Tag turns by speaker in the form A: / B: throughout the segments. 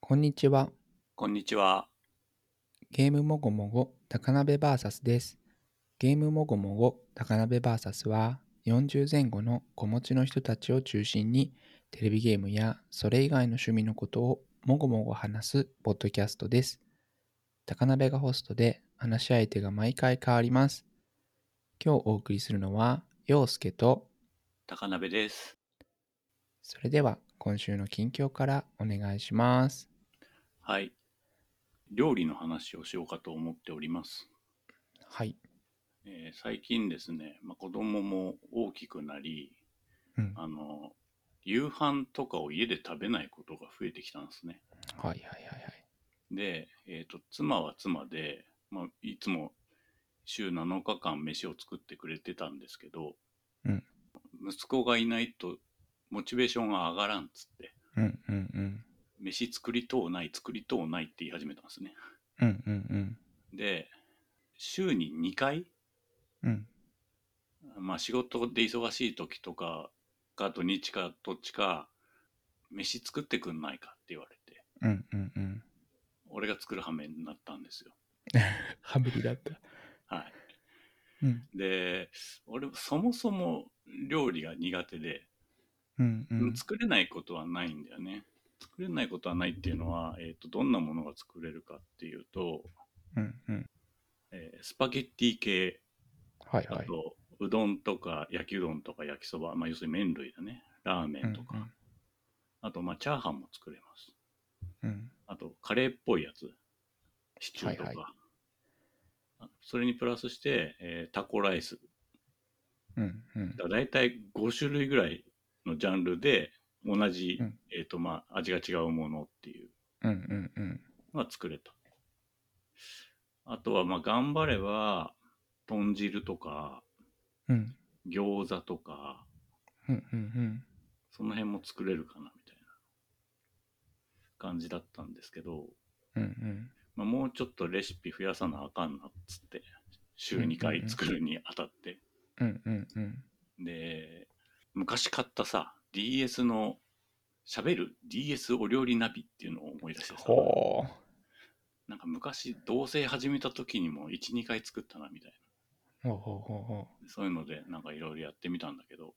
A: こんにちは。
B: こんにちは。
A: ゲームもごもご高鍋 VS です。ゲームもごもご高鍋 VS は40前後の子持ちの人たちを中心にテレビゲームやそれ以外の趣味のことをもごもご話すポッドキャストです。高鍋がホストで話し相手が毎回変わります。今日お送りするのは陽介と
B: 高鍋です。
A: それでは今週の近況からお願いします。
B: はい。料理の話をしようかと思っております。
A: はい。
B: えー最近ですね、まあ、子供も大きくなり、
A: うん。は
B: あの、夕飯とかを家で食べないことが増えてきたんですね。
A: いはいはいはい。
B: で、えーと、妻は妻で、まあ、いつも週7日間飯を作ってくれてたんですけど、
A: うん
B: 息子がいないとモチベーションが上がらんっつって、
A: うんうんうん。
B: 飯作りとうない、作りとうないって言い始めたんですね。
A: うんうんうん。
B: で、週に2回、
A: うん
B: まあ仕事で忙しい時とか、か土日かどっちか、飯作ってくんないかって言われて、
A: うんうんうん。
B: 俺が作る羽目になったんですよ。
A: ハブリだった。
B: はい。
A: うん
B: で、俺そもそも料理が苦手で、
A: うんうん
B: 作れないことはないんだよね。作れないことはないっていうのは、えっ、と、どんなものが作れるかっていうと、
A: うんうん。
B: えースパゲッティ系
A: はい
B: あ
A: はい。
B: と、うどんとか焼きうどんとか焼きそば、まあ、要するに麺類だね。ラーメンとか。あと、まあ、チャーハンも作れます。
A: うんうん
B: あと、カレーっぽいやつ。シチューとか。
A: はいは
B: あそれにプラスして、えータコライス。
A: うんうん
B: だだいたい5種類ぐらいのジャンルで、同じ、
A: うん
B: えっ、と、まあ、味が違うものっていう
A: うんうんうん
B: のが作れた。あとは、まあ、頑張れば、豚汁とか、
A: うん
B: 餃子とか、
A: うんうん
B: その辺も作れるかなみたいな感じだったんですけど、
A: うんうん
B: まあ、もうちょっとレシピ増やさなあかんなっつって、週2回作るにあたって。
A: うんうんうん
B: で、昔買ったさ、DS の喋る DS お料理ナビっていうのを思い出してさ、
A: ほ
B: なんか昔同棲始めた時にも1、2回作ったなみたいう
A: ほうほうほうほ
B: な。そういうのでなんかいろいろやってみたんだけど、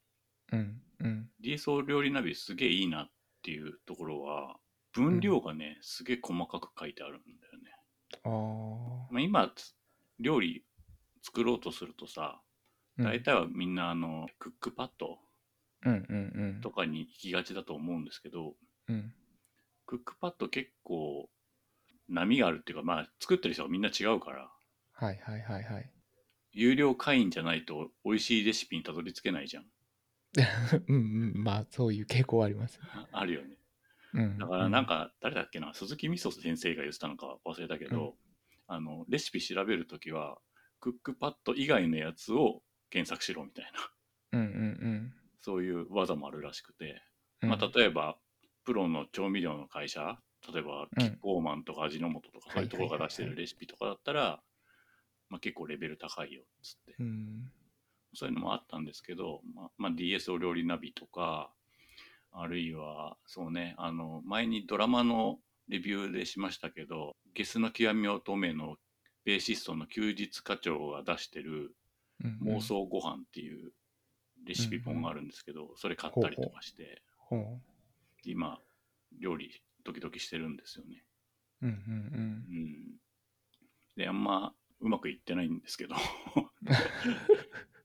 A: ううんうん
B: DS お料理ナビすげえいいなっていうところは、分量がね、すげえ細かく書いてあるんだよね。
A: ああ
B: まあ、今つ料理作ろうとするとさ
A: うん
B: 大体はみんなあの、クックパッド
A: うんうん
B: とかに行きがちだと思うんですけど
A: うんうん
B: クックパッド結構波があるっていうかまあ作ってる人がみんな違うから
A: はいはいはいはい
B: 有料会員じゃないと美味しいレシピにたどり着けないじゃん
A: うんうんまあそういう傾向はあります
B: ああるよね
A: うん
B: だからなんか誰だっけな鈴木みそ先生が言ってたのか忘れたけど、あのレシピ調べるときはクックパッド以外のやつを検索しろみたいな
A: うんうんうん
B: そういう技もあるらしくて
A: うん
B: まあ、例えばプロの調味料の会社例えば
A: うん
B: キッコーマンとか味の素とか
A: はい
B: そういうところが出して
A: はい
B: るレシピとかだったら、まあ、結構レベル高いよっつって
A: うん
B: そういうのもあったんですけど、まあまあ、DS お料理ナビとかあるいはそうねあの前にドラマのレビューでしましたけど「ゲスの極み乙女」のベーシストの休日課長が出してる
A: うんうん
B: 妄想ご飯っていうレシピ本があるんですけど、それ買ったりとかして。
A: ほう
B: 今料理時々してるんですよね。
A: うんう
B: うんん、であんまうまくいってないんですけ ど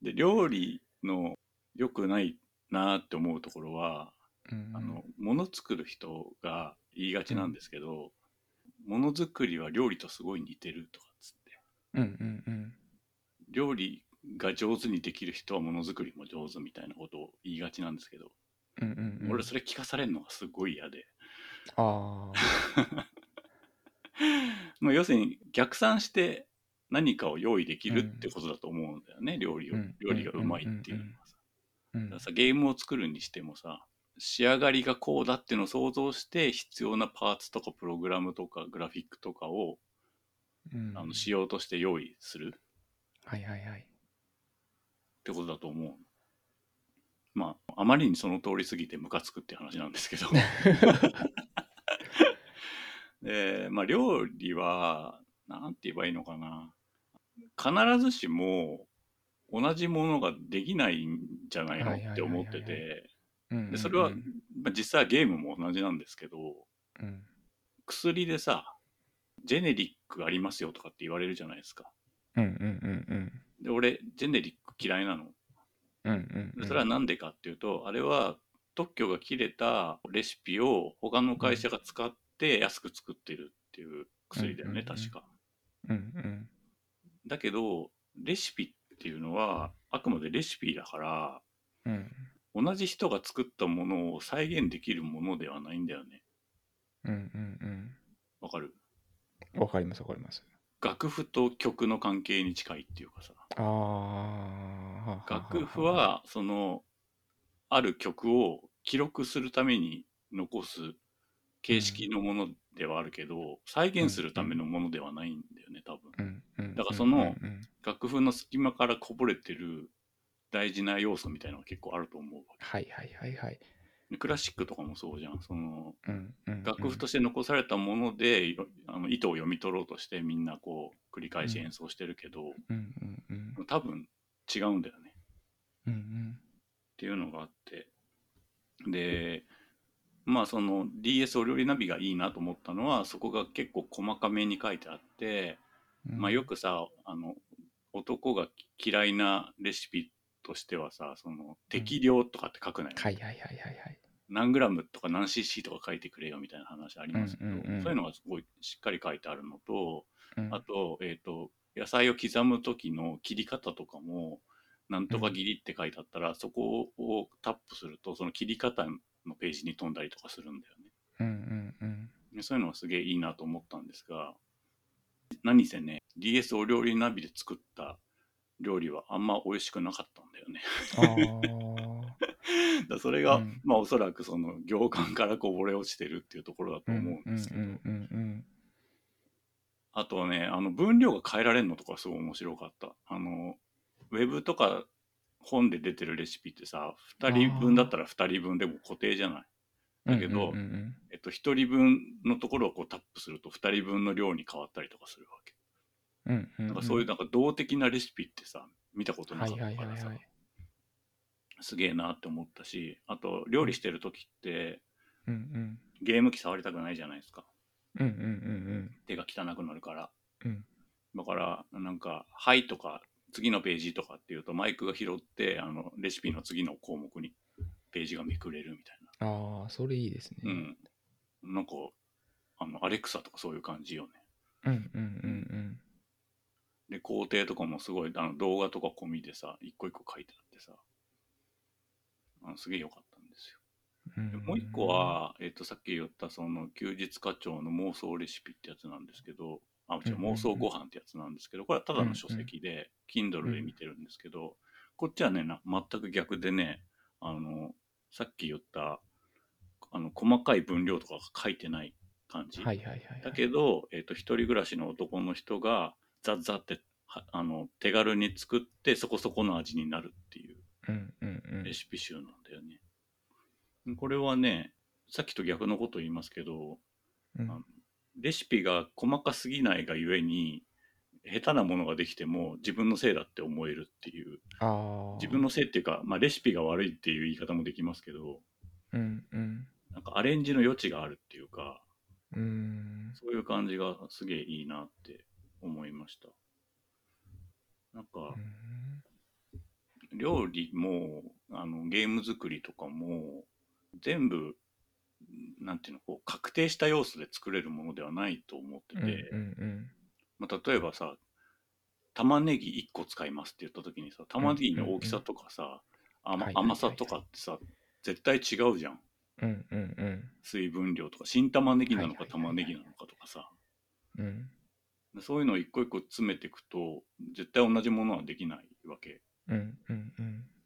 B: で料理の良くないなーって思うところは、
A: うんうん
B: あの物作る人が言いがちなんですけど、物作りは料理とすごい似てるとかっつって
A: うんうんうん
B: 料理が上手にできる人はものづくりも上手みたいなことを言いがちなんですけど、
A: うんうんうん
B: 俺それ聞かされるのがすごい嫌で
A: ああ
B: まあ要するに逆算して何かを用意できるってことだと思うんだよね、料理を
A: うん
B: 料理がうまいっていうのはさ,、
A: うん
B: さゲームを作るにしてもさ仕上がりがこうだっていうのを想像して必要なパーツとかプログラムとかグラフィックとかを、
A: うん
B: あの仕様として用意するっ
A: はいはい はい
B: てことだと思うまああまりにその通りすぎてムカつくっていう話なんですけどで、まあ、料理は、なんて言えばいいのかな。必ずしも、同じものができないんじゃない
A: は
B: の
A: いはいはいはいはい
B: って思ってて、
A: うんうんうん
B: でそれはまあ、実際はゲームも同じなんですけど、
A: うん
B: 薬でさ、ジェネリックありますよとかって言われるじゃないですか。
A: うんうんうん
B: で、俺、ジェネリック嫌いなの。
A: うんうんうん
B: でそれはなんでかっていうと、あれは特許が切れたレシピを他の会社が使って安く作ってるっていう薬だ
A: うん
B: よね、
A: うんうん
B: 確か。
A: うん
B: だけど、レシピっていうのはあくまでレシピだから、
A: うんうん
B: 同じ人が作ったものを再現できるものではないんだよね。
A: うんうん
B: わかる
A: うんわかりますわかります
B: 楽譜と曲の関係に近いっていうかさ。
A: ああ
B: 楽譜はそのある曲を記録するために残す形式のものではあるけど、再現するためのものではないんだよね多分
A: うんうん
B: だからその
A: うんうん
B: 楽譜の隙間からこぼれてる大事な要素みたいなのが結構あると思うわ
A: はいはいはいはい
B: けクラシックとかもそうじゃんその
A: うんうんうん
B: 楽譜として残されたもので、いろあの意図を読み取ろうとしてみんなこう繰り返し演奏してるけど、
A: うんうんうん
B: 多分違うんだよね
A: うんうん
B: っていうのがあってでまあその DS お料理ナビがいいなと思ったのはそこが結構細かめに書いてあって、
A: うん
B: まあよくさあの男が嫌いなレシピとしてはさその適量とかって書くなよ、
A: はいはいはいはいはい
B: 何グラムとか何 cc とか書いてくれよみたいな話ありますけど、
A: うんうんうん
B: そういうのがすごいしっかり書いてあるのと
A: うん
B: あと,、えー、と野菜を刻む時の切り方とかもなんとか切りって書いてあったら、そこをタップするとその切り方のページに飛んだりとかするんだよね。
A: うんうんうん
B: でそういうのはすげえいいなと思ったんですが何せね DS お料理ナビで作った料理はあんま美味しくなかったんだよね。
A: あー
B: だからそれが、
A: うん
B: まあおそらくその行間からこぼれ落ちてるっていうところだと
A: う
B: 思
A: ん
B: うんですけど、
A: うんうんうん
B: あとね、あの分量が変えられるのとかすごい面白かった。あの、ウェブとか本で出てるレシピってさ、2人分だったら2人分でも固定じゃない。
A: うん
B: だけど
A: うんうんうん
B: えっと、1人分のところをこうタップすると2人分の量に変わったりとかするわけ。
A: うんうんうん
B: なんかそういうなんか動的なレシピってさ、見たことな
A: は
B: かっ
A: い
B: た
A: はい
B: か
A: はい
B: らさ
A: は、い
B: すげえなって思ったし、あと料理してる時って
A: うんうん
B: ゲーム機触りたくないじゃないですか。
A: うんうん
B: 手が汚くなるから。
A: うん
B: だから、なんか、はいとか、次のページとかっていうと、マイクが拾って、あの、レシピの次の項目にページがめくれるみたい
A: うんうんああそれいいですね
B: な。うん。なんか、あの、アレクサとかそういう感じよね。
A: うんうんうん
B: で、工程とかもすごい、あの、動画とか込みでさ、一個一個書いてあってさ、あのすげえ良かったんですよ。
A: うん
B: で
A: ん
B: もう一個は、えっと、さっき言った、その、休日課長の妄想レシピってやつなんですけど、あ、
A: うんう
B: 違う、
A: んうん
B: 妄想ご飯ってやつなんですけど、これはただの書籍で、Kindle で見てるんですけど、こっちはね、な全く逆でね、あの、さっき言った、あの、細かい分量とかが書いてない感じ。
A: はいはいはいはい
B: だけど、えっと、一人暮らしの男の人が、ザッザッって、はあの、手軽に作って、そこそこの味になるっていう。
A: うんうんうん
B: レシピ集なんだよね。これはね、さっきと逆のこと言いますけど、
A: うん
B: あのレシピが細かすぎないがゆえに、下手なものができても自分のせいだって思えるっていう、
A: あー
B: 自分のせいっていうか、まあレシピが悪いっていう言い方もできますけど、
A: うんうん
B: なんかアレンジの余地があるっていうか、
A: うーん
B: そういう感じがすげえいいなって思いました。なんか
A: う、ん
B: 料理もあのゲーム作りとかも全部なんていうのこう確定した要素で作れるものではないと思ってて、
A: うんうん
B: まあ、例えばさ玉ねぎ1個使いますって言った時にさ玉ねぎの大きさとかさ、甘
A: はいはいはい
B: 甘さとかってさ絶対違うじゃん
A: うんうんうん
B: 水分量とか新玉ねぎなの
A: は
B: か
A: いはいはいは
B: 玉
A: い
B: ねぎなのかとかさ
A: うんうん
B: でそういうのを一個一個詰めていくと絶対同じものはできないわけ
A: うんうん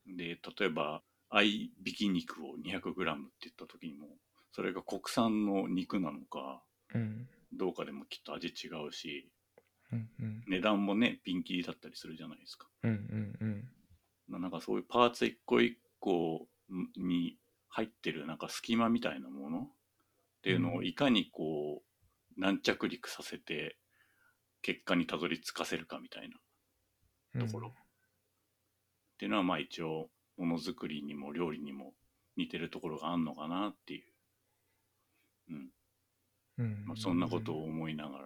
A: うん
B: で、例えば、合いびき肉を 200g って言った時にも、それが国産の肉なのか、
A: うん
B: どうかでもきっと味違うし、
A: うんうん
B: 値段もね、ピンキリだったりするじゃないですか。
A: うんうんうん
B: ななんかそういうパーツ一個一個に入ってるなんか隙間みたいなものっていうの
A: う
B: を
A: ん
B: いかにこう、軟着陸させて結果にたどり着かせるかみたいなっ
A: うん
B: ところていうのはまあ一応ものづくりにも料理にも似てるところがあんのかなっていう、うん
A: うん
B: まあ、そんなことを思いながら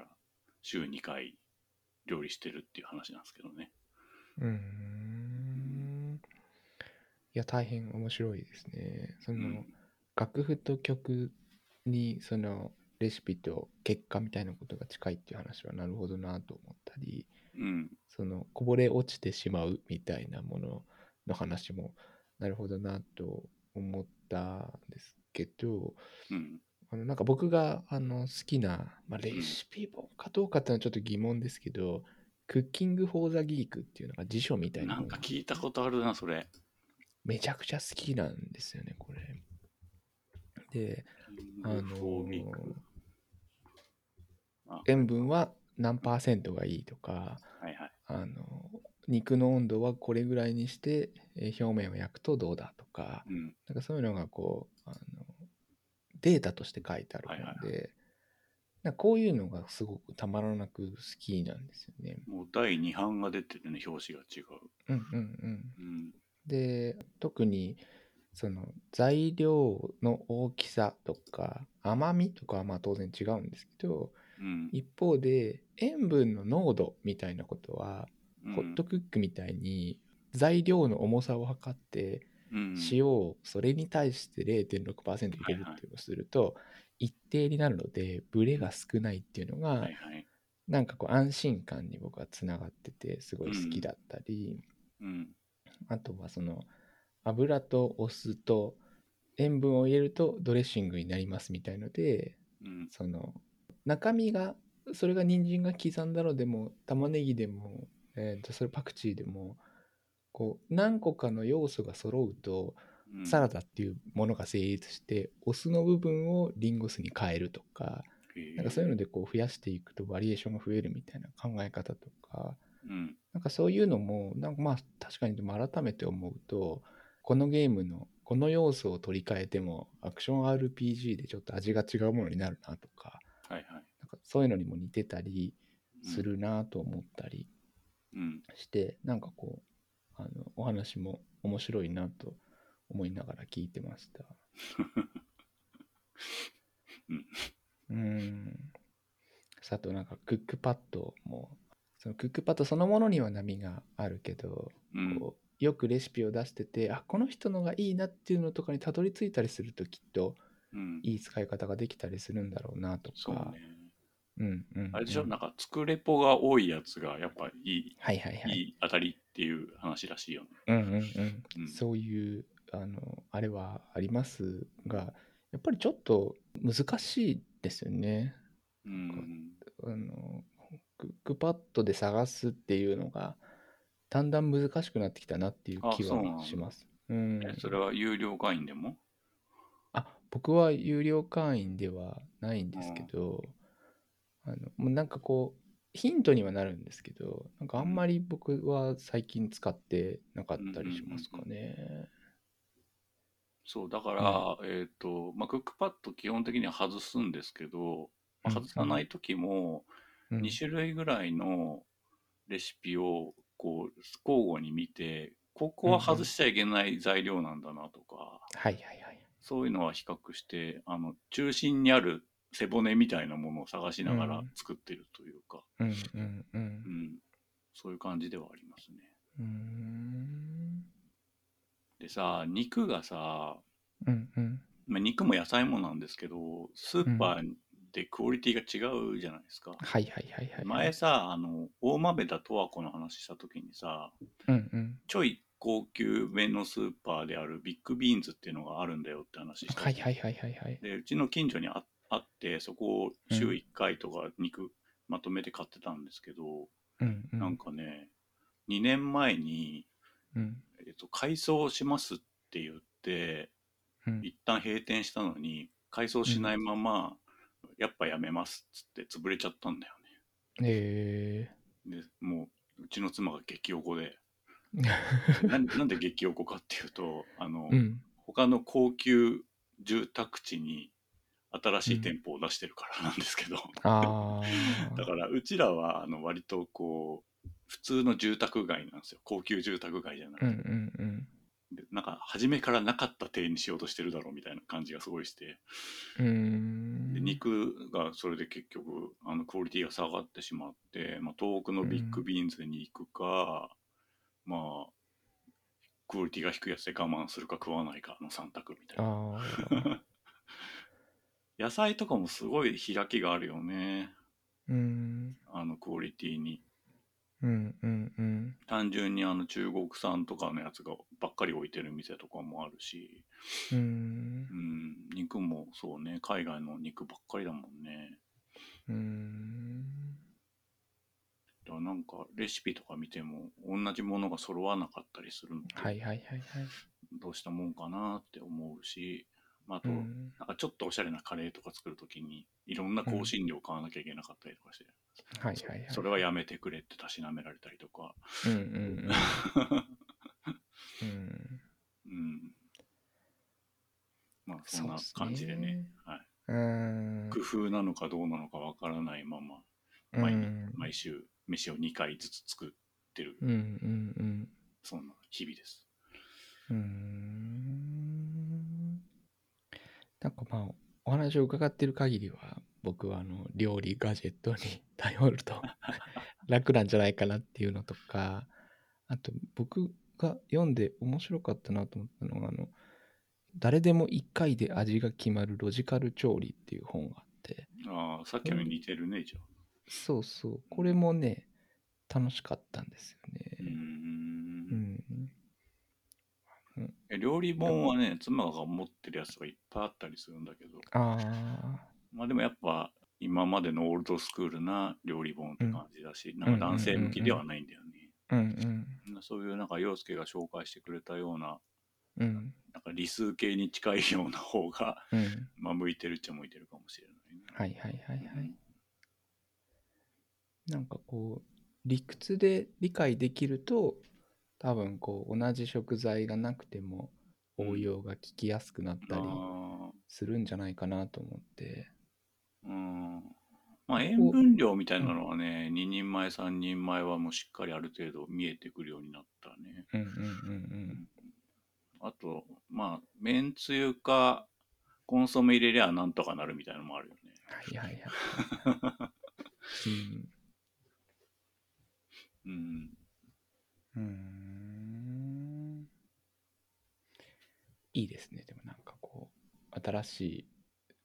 B: 週2回料理してるっていう話なんですけどね。
A: うーんいや大変面白いですねその、
B: うん
A: 楽譜と曲にそのレシピと結果みたいなことが近いっていう話はなるほどなと思ったり
B: うん
A: そのこぼれ落ちてしまうみたいなものの話もなるほどなと思ったんですけど
B: うん
A: あのなんか僕があの好きな、まあ、レシピ本かどうかっていうのはちょっと疑問ですけどクッキング・フォー・ザ・ギークっていうのが辞書みたいな
B: な
A: の
B: ん
A: が
B: か聞いたことあるなそれ。
A: めちゃくちゃ好きなんですよねこれ。であの
B: フォーミークあ
A: 塩分は何パーセントがいいとか
B: はいはい。
A: あの肉の温度はこれぐらいにしてえー表面を焼くとどうだとか
B: うん
A: なんかそういうのがこうあのデータとして書いてある
B: はい
A: ので、なんかこういうのがすごくたまらなく好きなんですよね。
B: もう第2版が出てるね表紙が違う。
A: うんうんうん、
B: うん
A: で特にその材料の大きさとか甘みとかはまあ当然違うんですけど
B: うん
A: 一方で塩分の濃度みたいなことは、
B: うん
A: ホットクックみたいに材料の重さを測って
B: うん
A: 塩をそれに対して0.6%入れる
B: はいはい
A: っていうのをすると一定になるのでブレが少ないっていうの
B: は
A: が
B: いはい。
A: なんかこう安心感に僕はつながっててすごい好きだったり。
B: うん
A: あとはその油とお酢と塩分を入れるとドレッシングになりますみたいので
B: うん
A: その中身がそれが人参が刻んだのでも玉ねぎでも、えーとそれパクチーでもこう何個かの要素が揃うと
B: うん
A: サラダっていうものが成立してお酢の部分をリンゴ酢に変えるとか
B: へー
A: なんかそういうのでこう増やしていくとバリエーションが増えるみたいな考え方とか
B: うん
A: なんかそういうのも、なんかまあ確かにでも改めて思うと、このゲームのこの要素を取り替えても、アクション RPG でちょっと味が違うものになるなとか、
B: はいはい。
A: なんかそういうのにも似てたり
B: うん
A: す。るなと思ったり
B: うん
A: して、なんかこう、あのお話も面白いなと思いながら聞いてました。
B: うん
A: うん。あとなんかクックパッドも、そのクックパッドそのものには波があるけど、
B: うん
A: こうよくレシピを出しててあこの人のがいいなっていうのとかにたどり着いたりするときっと
B: うん
A: いい使い方ができたりするんだろうなとか
B: そうね。
A: うんうんうん、
B: あれでしょ、なんか作れぽが多いやつがやっぱいい、
A: はいはいはいい
B: い当たりっていう話らしいよね。
A: うんうんう
B: うんん
A: そういうあのあれはありますがやっぱりちょっと難しいですよね
B: うん。
A: あのクックパッドで探すっていうのがだんだん難しくなってきたなっていう
B: あ
A: 気
B: そうなん
A: は
B: だ
A: しますうん
B: えそれは有料会員でも
A: あ僕は有料会員ではないんですけど、あのもうなんかこうヒントにはなるんですけどなんかあんまり僕は最近使ってなかったりしますかね。
B: そう、だから、えっ、と、まあ、クックパッド基本的には外すんですけど、まあ
A: うん
B: 外さない時も、
A: うん
B: 2種類ぐらいのレシピをこう交互に見て、ここは外しちゃいけない材料なんだなとか、
A: はいはいはい。
B: そういうのは比較して、あの、中心にある背骨みたいなものを探しなが
A: う
B: ら
A: ん
B: 作ってるというか、
A: うんうんう。
B: うんん、そういう感じではありますね。
A: うーん
B: でさ、肉がさ、
A: うんうん。
B: まあ、肉も野菜もなんですけど、スーパーでクオリティが違うじゃないですか。
A: はいはいはいはい。
B: 前さ、あの、大豆田十和子の話した時にさ、
A: うんうん。
B: ちょい高級めのスーパーであるビッグビーンズっていうのがあるんだよって話して、
A: はいはいはいはいはい。
B: で、うちの近所にああって、そこを週1回とか肉まとめて買ってたんですけど、
A: うんうん。
B: なんかね、2年前に、
A: うん
B: えっと、改装しますって言って、
A: うん
B: 一旦閉店したのに改装しないまま、やっぱやめますっつって潰れちゃったんだよ
A: え
B: ねでもううちの妻が激おこで
A: ー
B: なんなんで激おこかっていうとあの、
A: うん
B: 他の高級住宅地に新しい店舗を出してるからなんですけど、
A: あ
B: だ
A: あ。
B: からうちらはあの割とこう普通の住宅街なんですよ高級住宅街じゃなく
A: う
B: て、
A: んうんうん。
B: でなんか初めからなかった体にしようとしてるだろうみたいな感じがすごいして
A: うー
B: で
A: ん。
B: 肉がそれで結局あのクオリティが下がってしまって、まあ、東北のビッグビーンズに行くか、まあクオリティが低いやつで我慢するか食わないかの3択みたいな
A: ああ。
B: 野菜とかもすごい開きがあるよね
A: うーん。
B: あのクオリティに
A: うんうんうん。
B: 単純にあの中国産とかのやつがばっかり置いてる店とかもあるし、
A: うーん
B: う。ん、肉もそうね海外の肉ばっかりだもんね
A: うーん。
B: だからなんかレシピとか見ても同じものが揃わなかったりするのって
A: はいはいはいはい。
B: どうしたもんかなって思うし、まあ、あ
A: う
B: と、
A: ん。
B: なんかちょっとおしゃれなカレーとか作るときにいろんな香辛料買わなきゃいけなかったりとかして、
A: はいはいはい。
B: それはやめてくれってたしなめられたりとか、
A: うんうんうん。うん。
B: うん、まあそん
A: う
B: な
A: っす
B: 感じでね。はいう
A: ーん。
B: 工夫なのかどうなのかわからないまま毎,、
A: うん
B: 毎週飯を2回ずつ作ってる、
A: うんうんうん。
B: そんな日々です。
A: うーんなんかまあお話を伺ってる限りは僕はあの料理ガジェットに頼る と楽なんじゃないかなっていうのとかあと僕が読んで面白かったなと思ったのがあの誰でも1回で味が決まるロジカル調理っていう本があって
B: ああさっきのに似てるねじゃあ。
A: そうそうこれもね楽しかったんですよ
B: うー
A: ねうんん
B: え料理本はね妻が持ってるやつがいっぱいあったりするんだけど
A: ああ
B: まあでもやっぱ今までのオールドスクールな料理本って感じだし、なんか男性向きではないんだよね。
A: うんうん
B: そういうなんか洋介が紹介してくれたような
A: うん
B: なんか理数系に近いような方が、
A: うん
B: まあ、向いてるっちゃ向いてるかもしれないね。
A: はいはいはいはい、
B: うん
A: なんかこう理屈で理解できると多分こう同じ食材がなくても応用が聞きやすくなったり
B: あ
A: するんじゃないかなと思って
B: ーうんまあ塩分量みたいなのはね、2人前3人前はもうしっかりある程度見えてくるようになったね
A: うんうんうん
B: あとまあめんつゆかコンソメ入れりゃなんとかなるみたいなのもあるよね
A: はいはいはい、
B: うん
A: うん、うーんいいですねでもなんかこう新しい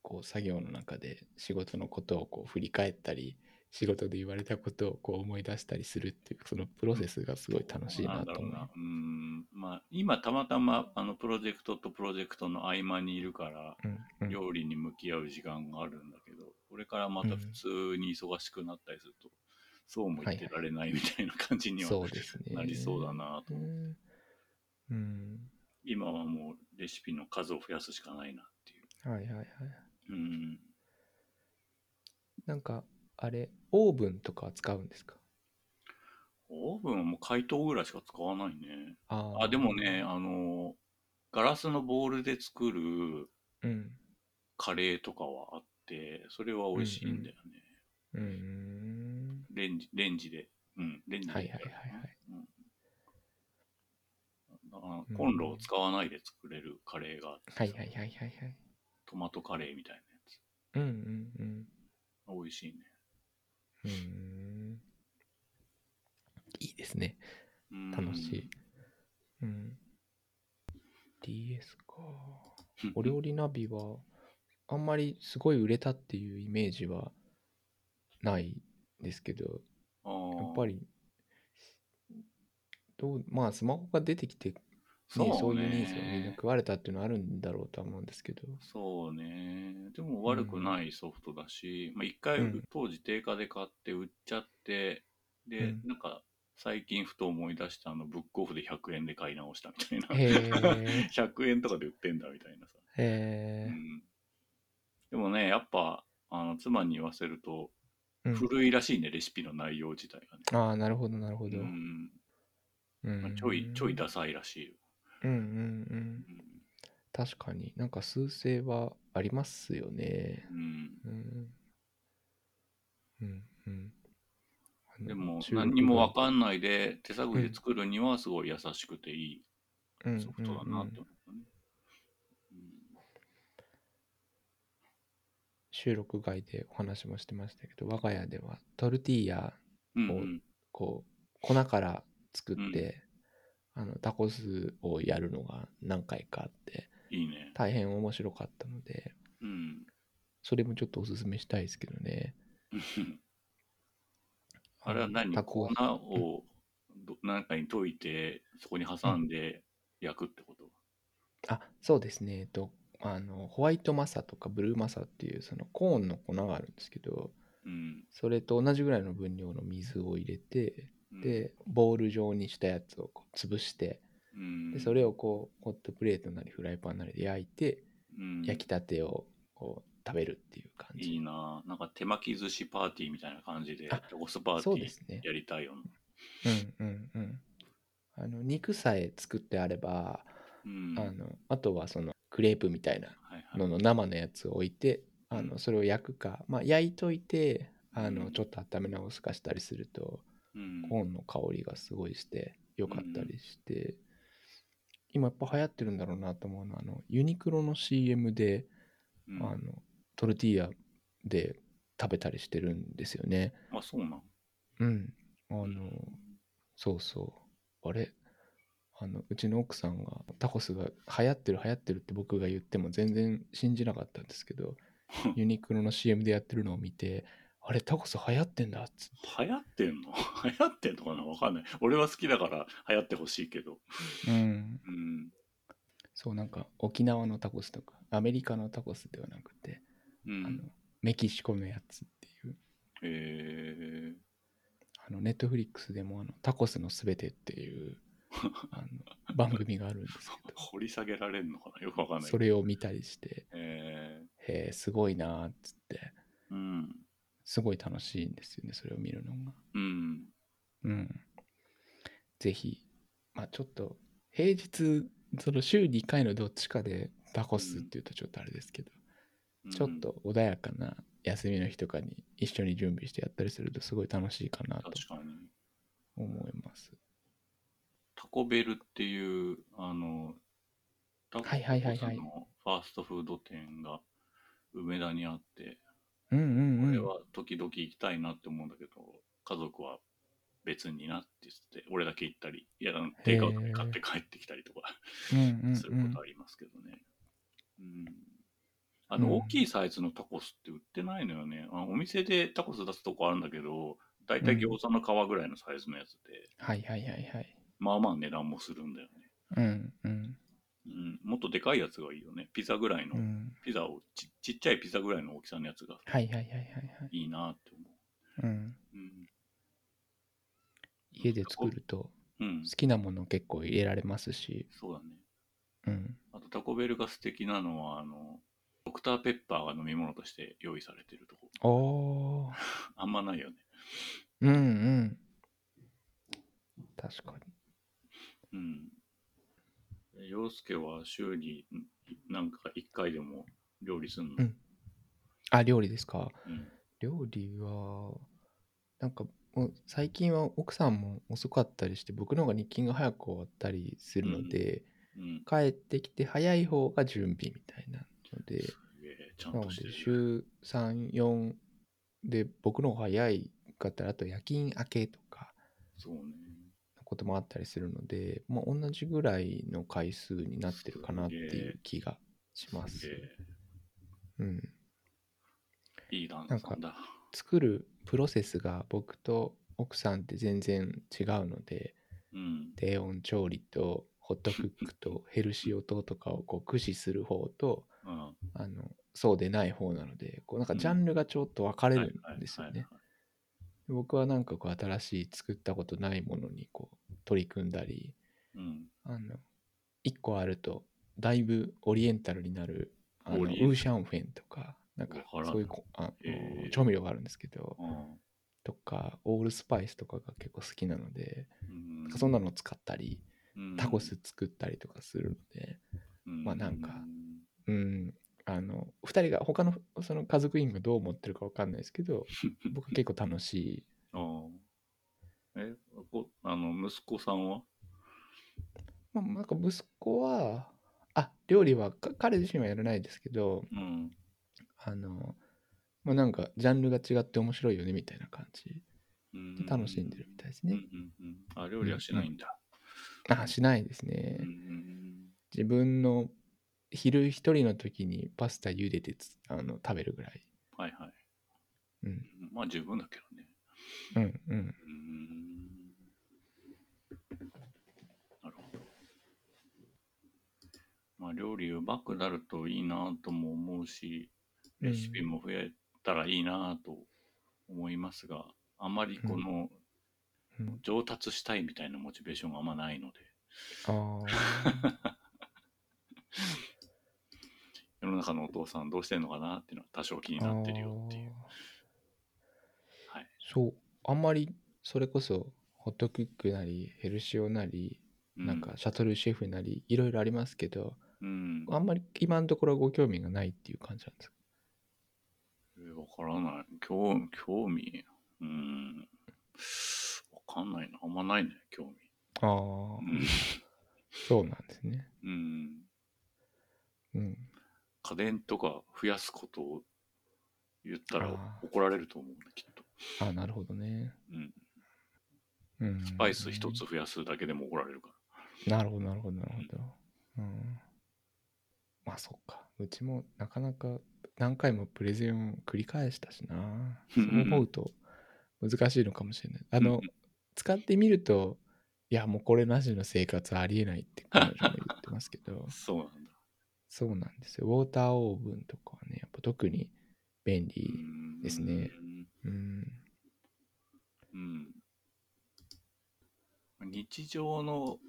A: こう作業の中で仕事のことをこう振り返ったり仕事で言われたことをこう思い出したりするっていうそのプロセスがすごい楽しい
B: ん
A: な
B: だ
A: と
B: ろ
A: 思
B: う
A: います
B: なうんまあ今たまたまあのプロジェクトとプロジェクトの合間にいるから
A: うんうん
B: 料理に向き合う時間があるんだけどこれからまた普通に忙しくなったりすると、そうも言ってられないみたいな感じには
A: そうですね。
B: なりそうだなと、
A: うん。うん。
B: 今はもうレシピの数を増やすしかないなってい
A: はいはいはい。
B: ううん
A: なんか、あれ、オーブンとかは使うんですか
B: オーブンはもう解凍ぐらいしか使わないね
A: あー
B: あでも。ねあのガラスのボールで作る
A: うん。
B: カレーとかはあってそれは美味しいんだよね、
A: うーん。
B: レンジレンジでうんレンジで
A: はいはいはいはい
B: うんだから
A: うん
B: コンロを使わないで作れるカレーがあって、
A: はいはいはいはいはい。
B: トマトカレーみたいなや
A: うんうんうん。
B: つ。美味しいね。
A: うーん。いいですね。
B: うん
A: 楽しい。。うん。DS か。お料理ナビは、あんまりすごい売れたっていうイメージはないですけど、
B: あ
A: や
B: ー
A: っぱり、どうまあ、スマホが出てきて、ね
B: そ
A: そうう
B: ね
A: いうニーズがみんな食われたっていうのはあるんだろうとは思うんです けど。
B: そうね。でも悪くないソフトだし、まあ一回
A: うん
B: 当時定価で買って売っちゃって、で、
A: うん
B: なんか最近ふと思い出したあのブックオフで100円で買い直したみたいな。
A: へ え
B: 100円とかで売ってんだみたいなさ。う
A: へ
B: ん、でもね、やっぱあの妻に言わせると
A: え。うん
B: 古いらしいね、レシピの内容自体がね。
A: ああ、なるほど、なるほ
B: う
A: ど。
B: ん、
A: う
B: まあ
A: ん
B: ちょい、ちょいダサいらしいよ。
A: うんうんうん。
B: うん
A: 確かになんか数勢はありますよね。
B: うん、
A: うん。うん、うん。あの
B: でも
A: 中国
B: 何にも分
A: が
B: かんないで手探りで作るにはすごい優しくてい
A: うん
B: いソフトだな
A: うんう
B: っ
A: ん
B: て思うね。
A: 収録外でお話もしてましたけど我が家ではトルティーヤ
B: うん
A: う
B: うんんうん
A: こう粉から作って、あのタコスをやるのが何回かあって
B: いいね。
A: 大変面白かったので
B: うん、
A: それもちょっとおすすめしたいですけどね。
B: あれは何
A: タ
B: 粉
A: コス
B: をど何かに溶いてそこに挟んで焼くってこと
A: あそうですねえっとあのホワイトマサとかブルーマサっていうそのコーンの粉があるんですけど
B: うん。
A: それと同じぐらいの分量の水を入れて
B: うん、
A: でボール状にしたやつをこう潰して
B: うん、
A: でそれをこうホットプレートなりフライパンなりで焼いて
B: うん
A: 焼きたてをこう食べるっていう感
B: いい
A: じ、
B: なぁなんか手巻き寿司パーティーみたいな感じで、タ
A: あ
B: コスパーテ
A: そ
B: ィ
A: うで
B: ー
A: すね
B: やりたいよな。
A: うんうんうんあの肉さえ作ってあれば
B: うん。
A: あのあとはそのクレープみたいな
B: はいはい
A: のの生のやつを置いてあ
B: う
A: の
B: ん
A: それを焼くか、まあ、焼いといてあ
B: う
A: の
B: ん
A: ちょっと温め直すかしたりすると
B: うん
A: コーンの香りがすごいして良かったりして今やっぱ流行ってるんだろうなと思うのはあのユニクロの CM で
B: うん
A: あのトルティーヤで食べたりしてるんですよね。
B: あ、そうなん。
A: うん。あの、そうそう。あれあのうちの奥さんがタコスが流行ってる流行ってるって僕が言っても全然信じなかったんですけ どユニクロの CM でやってるのを見てあれタコス流行ってんだっつって
B: 流行ってんの 流行ってんのかなわかんない。俺は好きだから流行ってほしいけど。
A: うん
B: うん。
A: そうなんか沖縄のタコスとかアメリカのタコスではなくて、
B: う
A: あの
B: ん。
A: メキシコのやつっていう
B: え
A: あのネットフリックスでもあのタコスのすべてって いうあの番組があるんですけ
B: ー、掘り下げられんのかなよくわかん
A: ど
B: ない。
A: それを見たりして
B: え
A: へえすごいなーっつって
B: ー、うん。
A: すごい楽しいんですよねそれを見るのが
B: うん。
A: うんぜひまあちょっと平日その週2回のどっちかでタコスっていうとちょっとあれですけど、ちょっと穏やかな休みの日とかに一緒に準備してやったりするとすごい楽しいかな
B: うん。
A: と
B: 確かに。
A: 思います
B: タコベルっていう、あの、タコ
A: はいはいはい
B: ス
A: はい
B: のファーストフード店が梅田にあって、
A: うんうんうん
B: 俺は時々行きたいなって思うんだけど、家族は別になって言って、俺だけ行ったり、いや、あのテイクアウトで買って帰ってきたりとか
A: うんうん
B: することありますけどね。うんあ
A: う
B: の、
A: ん
B: 大きいサイズのタコスって売ってないのよね。あお店でタコス出すとこあるんだけど、だいたい餃子の皮ぐらいのサイズのやつで、
A: はいはいはいはい
B: まあまあ値段もするんだよね。
A: うんうん
B: うん、もっとでかいやつがいいよね。ピザぐらいの、
A: うん
B: ピザをち、ちっちゃいピザぐらいの大きさのやつが
A: はいはいはいはいはい
B: いなって思
A: うん
B: う。うん。
A: 家で作ると
B: うん
A: 好、きなもの結構入れられますし
B: そうだね。
A: うん
B: あとタコベルが素敵なのは、あの、ドクターペッパーが飲み物として用意されてるとこ。
A: おー
B: あんまないよね。
A: うんうん確かに
B: うん。洋介は週にんなんか一回でも料理すんの。
A: うんあ料理ですか
B: うん。
A: 料理はなんかもう最近は奥さんも遅かったりして僕の方が日勤が早く終わったりするので、
B: うん。
A: 帰ってきて早い方が準備みたいなので
B: すげえ、ちゃ
A: なんの
B: と
A: で
B: してる。
A: 週34で僕の方が早いかったらあと夜勤明けとか
B: そうね。
A: のこともあったりするので、まあ、同じぐらいの回数になってるかなっていう気がします
B: すげ。え
A: うん、
B: いい旦那さんだ。
A: 作るプロセスが僕と奥さんって全然違うので
B: うん。
A: 低温調理とホットクックとヘルシー音とかをこう駆使する方と
B: うん。
A: あのそうでない方なのでこうなんかジャンルがちょっと分かれるんですよ
B: はいはい
A: ね。僕はなんかこう新しい作ったことないものにこう取り組んだり
B: うん。
A: あの1個あるとだいぶオリエンタルになるあのウ
B: オリエンタル
A: ーシャンフェンとかなんか
B: お腹
A: そういうこあの
B: へー
A: 調味料があるんですけど
B: うん
A: とかオールスパイスとかが結構好きなので
B: うん
A: そんなの使ったり
B: うん
A: タコス作ったりとかするのでまあなんかうん、あの2人が他のその家族委員がどう思ってるか分かんないですけ ど僕は結構楽しい
B: あーえこあの息子さんは
A: まあ、なんか息子はあ料理はか彼自身はやらないですけど
B: うん
A: あの、まあ、なんかジャンルが違って面白いよねみたいな感じ
B: うん
A: で楽しんでるみたいです
B: うん
A: ね、
B: うんうんあ料理はしないんだ、
A: あしないですね、
B: うんうん
A: 自分の昼一人の時にパスタ茹でてつあの食べるぐらい
B: はいはい
A: うん
B: まあ十分だけどね
A: うんうん
B: うんなるほどまあ料理うまくなるといいなとも思うしレシピも増えたらいいなと思いますが、あまりこの
A: うん
B: 上達したいみたいなモチベーションがあんまないので、
A: ああ
B: 世の中のお父さんどうしてんのかなっていうのは多少気になってるよっていう。
A: あー
B: はい
A: そうあんまりそれこそホットクックなりヘルシオなり
B: う
A: なんか、シャトルシェフなりいろいろありますけど、
B: うん、
A: あんまり今のところご興味がないっていう感じなんですか
B: えーわからない。興興味。うん。わかんないな。あんまないね、興味。
A: ああ、
B: うん。
A: そうなんですね。
B: うん、
A: うん。
B: 家電とか増やすことを言ったら
A: あー
B: 怒られると思うね、きっと。
A: ああ、なるほどね。
B: うん。
A: うん、
B: スパイス一つ。増やすだけでも怒られるから。
A: なるほど、なるほど、なるほど。うん。まあ、そっか。うちもなかなか何回もプレゼンを繰り返したしな。
B: う
A: そ
B: ん
A: う
B: うん
A: 思うと難しいのかもしれない。あ
B: う
A: の
B: ん、
A: 使ってみると、いや、もうこれなしの生活はありえないって彼女も言ってますけど。
B: そうなんだ。
A: そうなんですよ。ウォーターオーブンとかはね、やっぱ特に便利。
B: うん
A: ですね。うん。
B: うん。日常の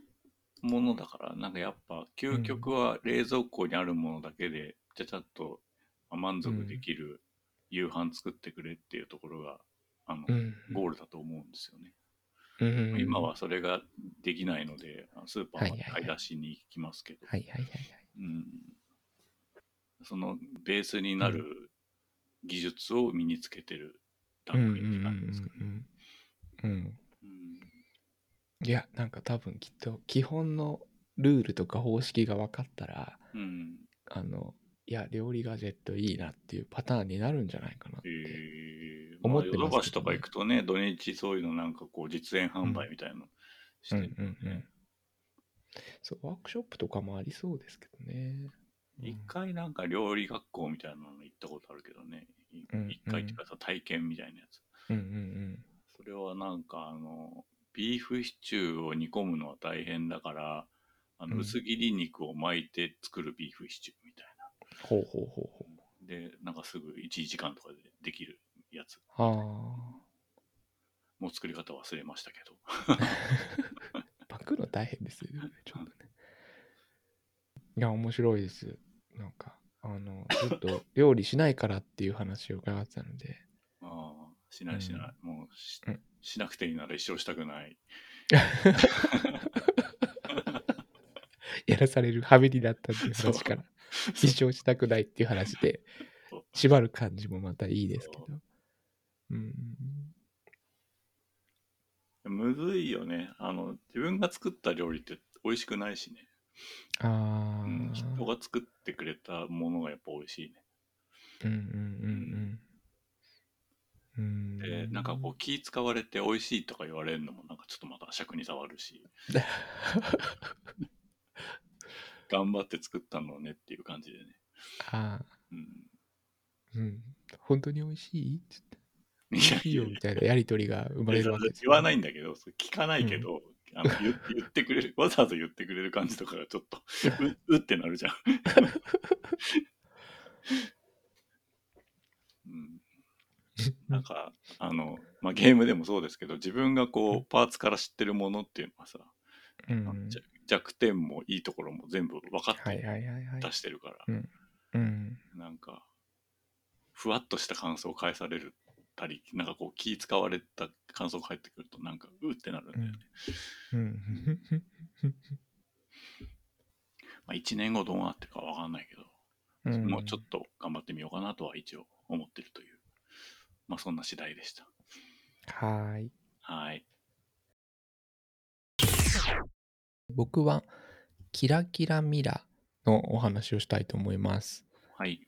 B: ものだから、なんかやっぱ究極は冷蔵庫にあるものだけで、ちゃちゃっとまあ満足できる夕飯作ってくれっていうところが、あの、
A: うん。
B: ゴールだと思うんですよね。
A: うん
B: 今。はそれができないので、スーパーは買い出しに行きますけど、
A: はいはいはいはい。
B: うん、そのベースになる技術を身につけてる
A: う
B: 段
A: んうん
B: 階って感じですかね。
A: うんうんうん。
B: うん
A: いや、なんか多分きっと基本のルールとか方式が分かったら、
B: うん
A: あの、いや、料理ガジェットいいなっていうパターンになるんじゃないかなっ
B: え
A: て。
B: え
A: 思
B: ま
A: っ
B: あ、
A: て
B: ヨド
A: ま
B: バ
A: す
B: シ
A: けど
B: と
A: ね
B: か行くとね、土日そういうのなんかこう実演販売みたいなのして
A: うん
B: る
A: う
B: よね、
A: んうん。そう、ワークショップとかもありそうですけどね。うん
B: 一回なんか料理学校みたいなの行ったことあるけどね。い
A: うんうん
B: 一回っていうかさ、体験みたいなやつ。
A: うんうん
B: それはなんかあの、ビーフシチューを煮込むのは大変だから、あ
A: う
B: の
A: ん
B: 薄切り肉を巻いて作るビーフシチューみたい
A: うん。ほうほうほうほう。
B: な。で、なんかすぐ1時間とかでできるやつ。
A: あ
B: もう作り方忘れましたけど。
A: あ、パクるの大変ですよね、ちょっとね。いや、面白いです。なんか、あの、ずっと料理しないからっていう話を伺ってたので、
B: ああ、しないしない。もうし,、
A: うん
B: しなくていいなら一生したくない。
A: やらされる羽目になったっていう話から、一生したくないっていう話で
B: そう、
A: 縛る感じもまたいいですけど。うん。
B: むずいよね。あの、自分が作った料理って美味しくないしね。
A: ああ、
B: う
A: うんん、
B: 人が作ってくれたものがやっぱ美味しいね。
A: うんうんうんうん。
B: で、なんかこう気使われて美味しいとか言われるのもなんかちょっとまた尺に触 るし、頑張って作ったのねっていう感じでね。
A: ああ、
B: うん。
A: うん。本当に美味しいつって
B: い
A: 美味しいよみたいなやりとりが生まれるわけです
B: 言
A: よね
B: わないんだけど、それ聞かないけど、あの言言ってくれる、わざわざ言ってくれる感じとか がちょっと、ううってなるじゃん。うんなんかあの、まあ、ゲームでもそうですけど自分がこう、
A: うん
B: パーツから知ってるものっていうのはさ、
A: う
B: あの
A: ん、
B: 弱弱点もいいところも全部分かっ
A: はい
B: て
A: はいはいはい。
B: 出してるから、
A: うん。
B: なんかふわっとした感想を返されるたりなんかこう気使われた感想が返ってくるとなんかうってなるんだよね、
A: うん。
B: まあ、1年後どうなってるかわかんないけど、
A: うん
B: もうちょっと頑張ってみようかなとは一応思ってるという、まあ、そんな次第でした。
A: はーい。
B: はい。
A: 僕は、キラキラミラのお話をしたいと思います。
B: はい。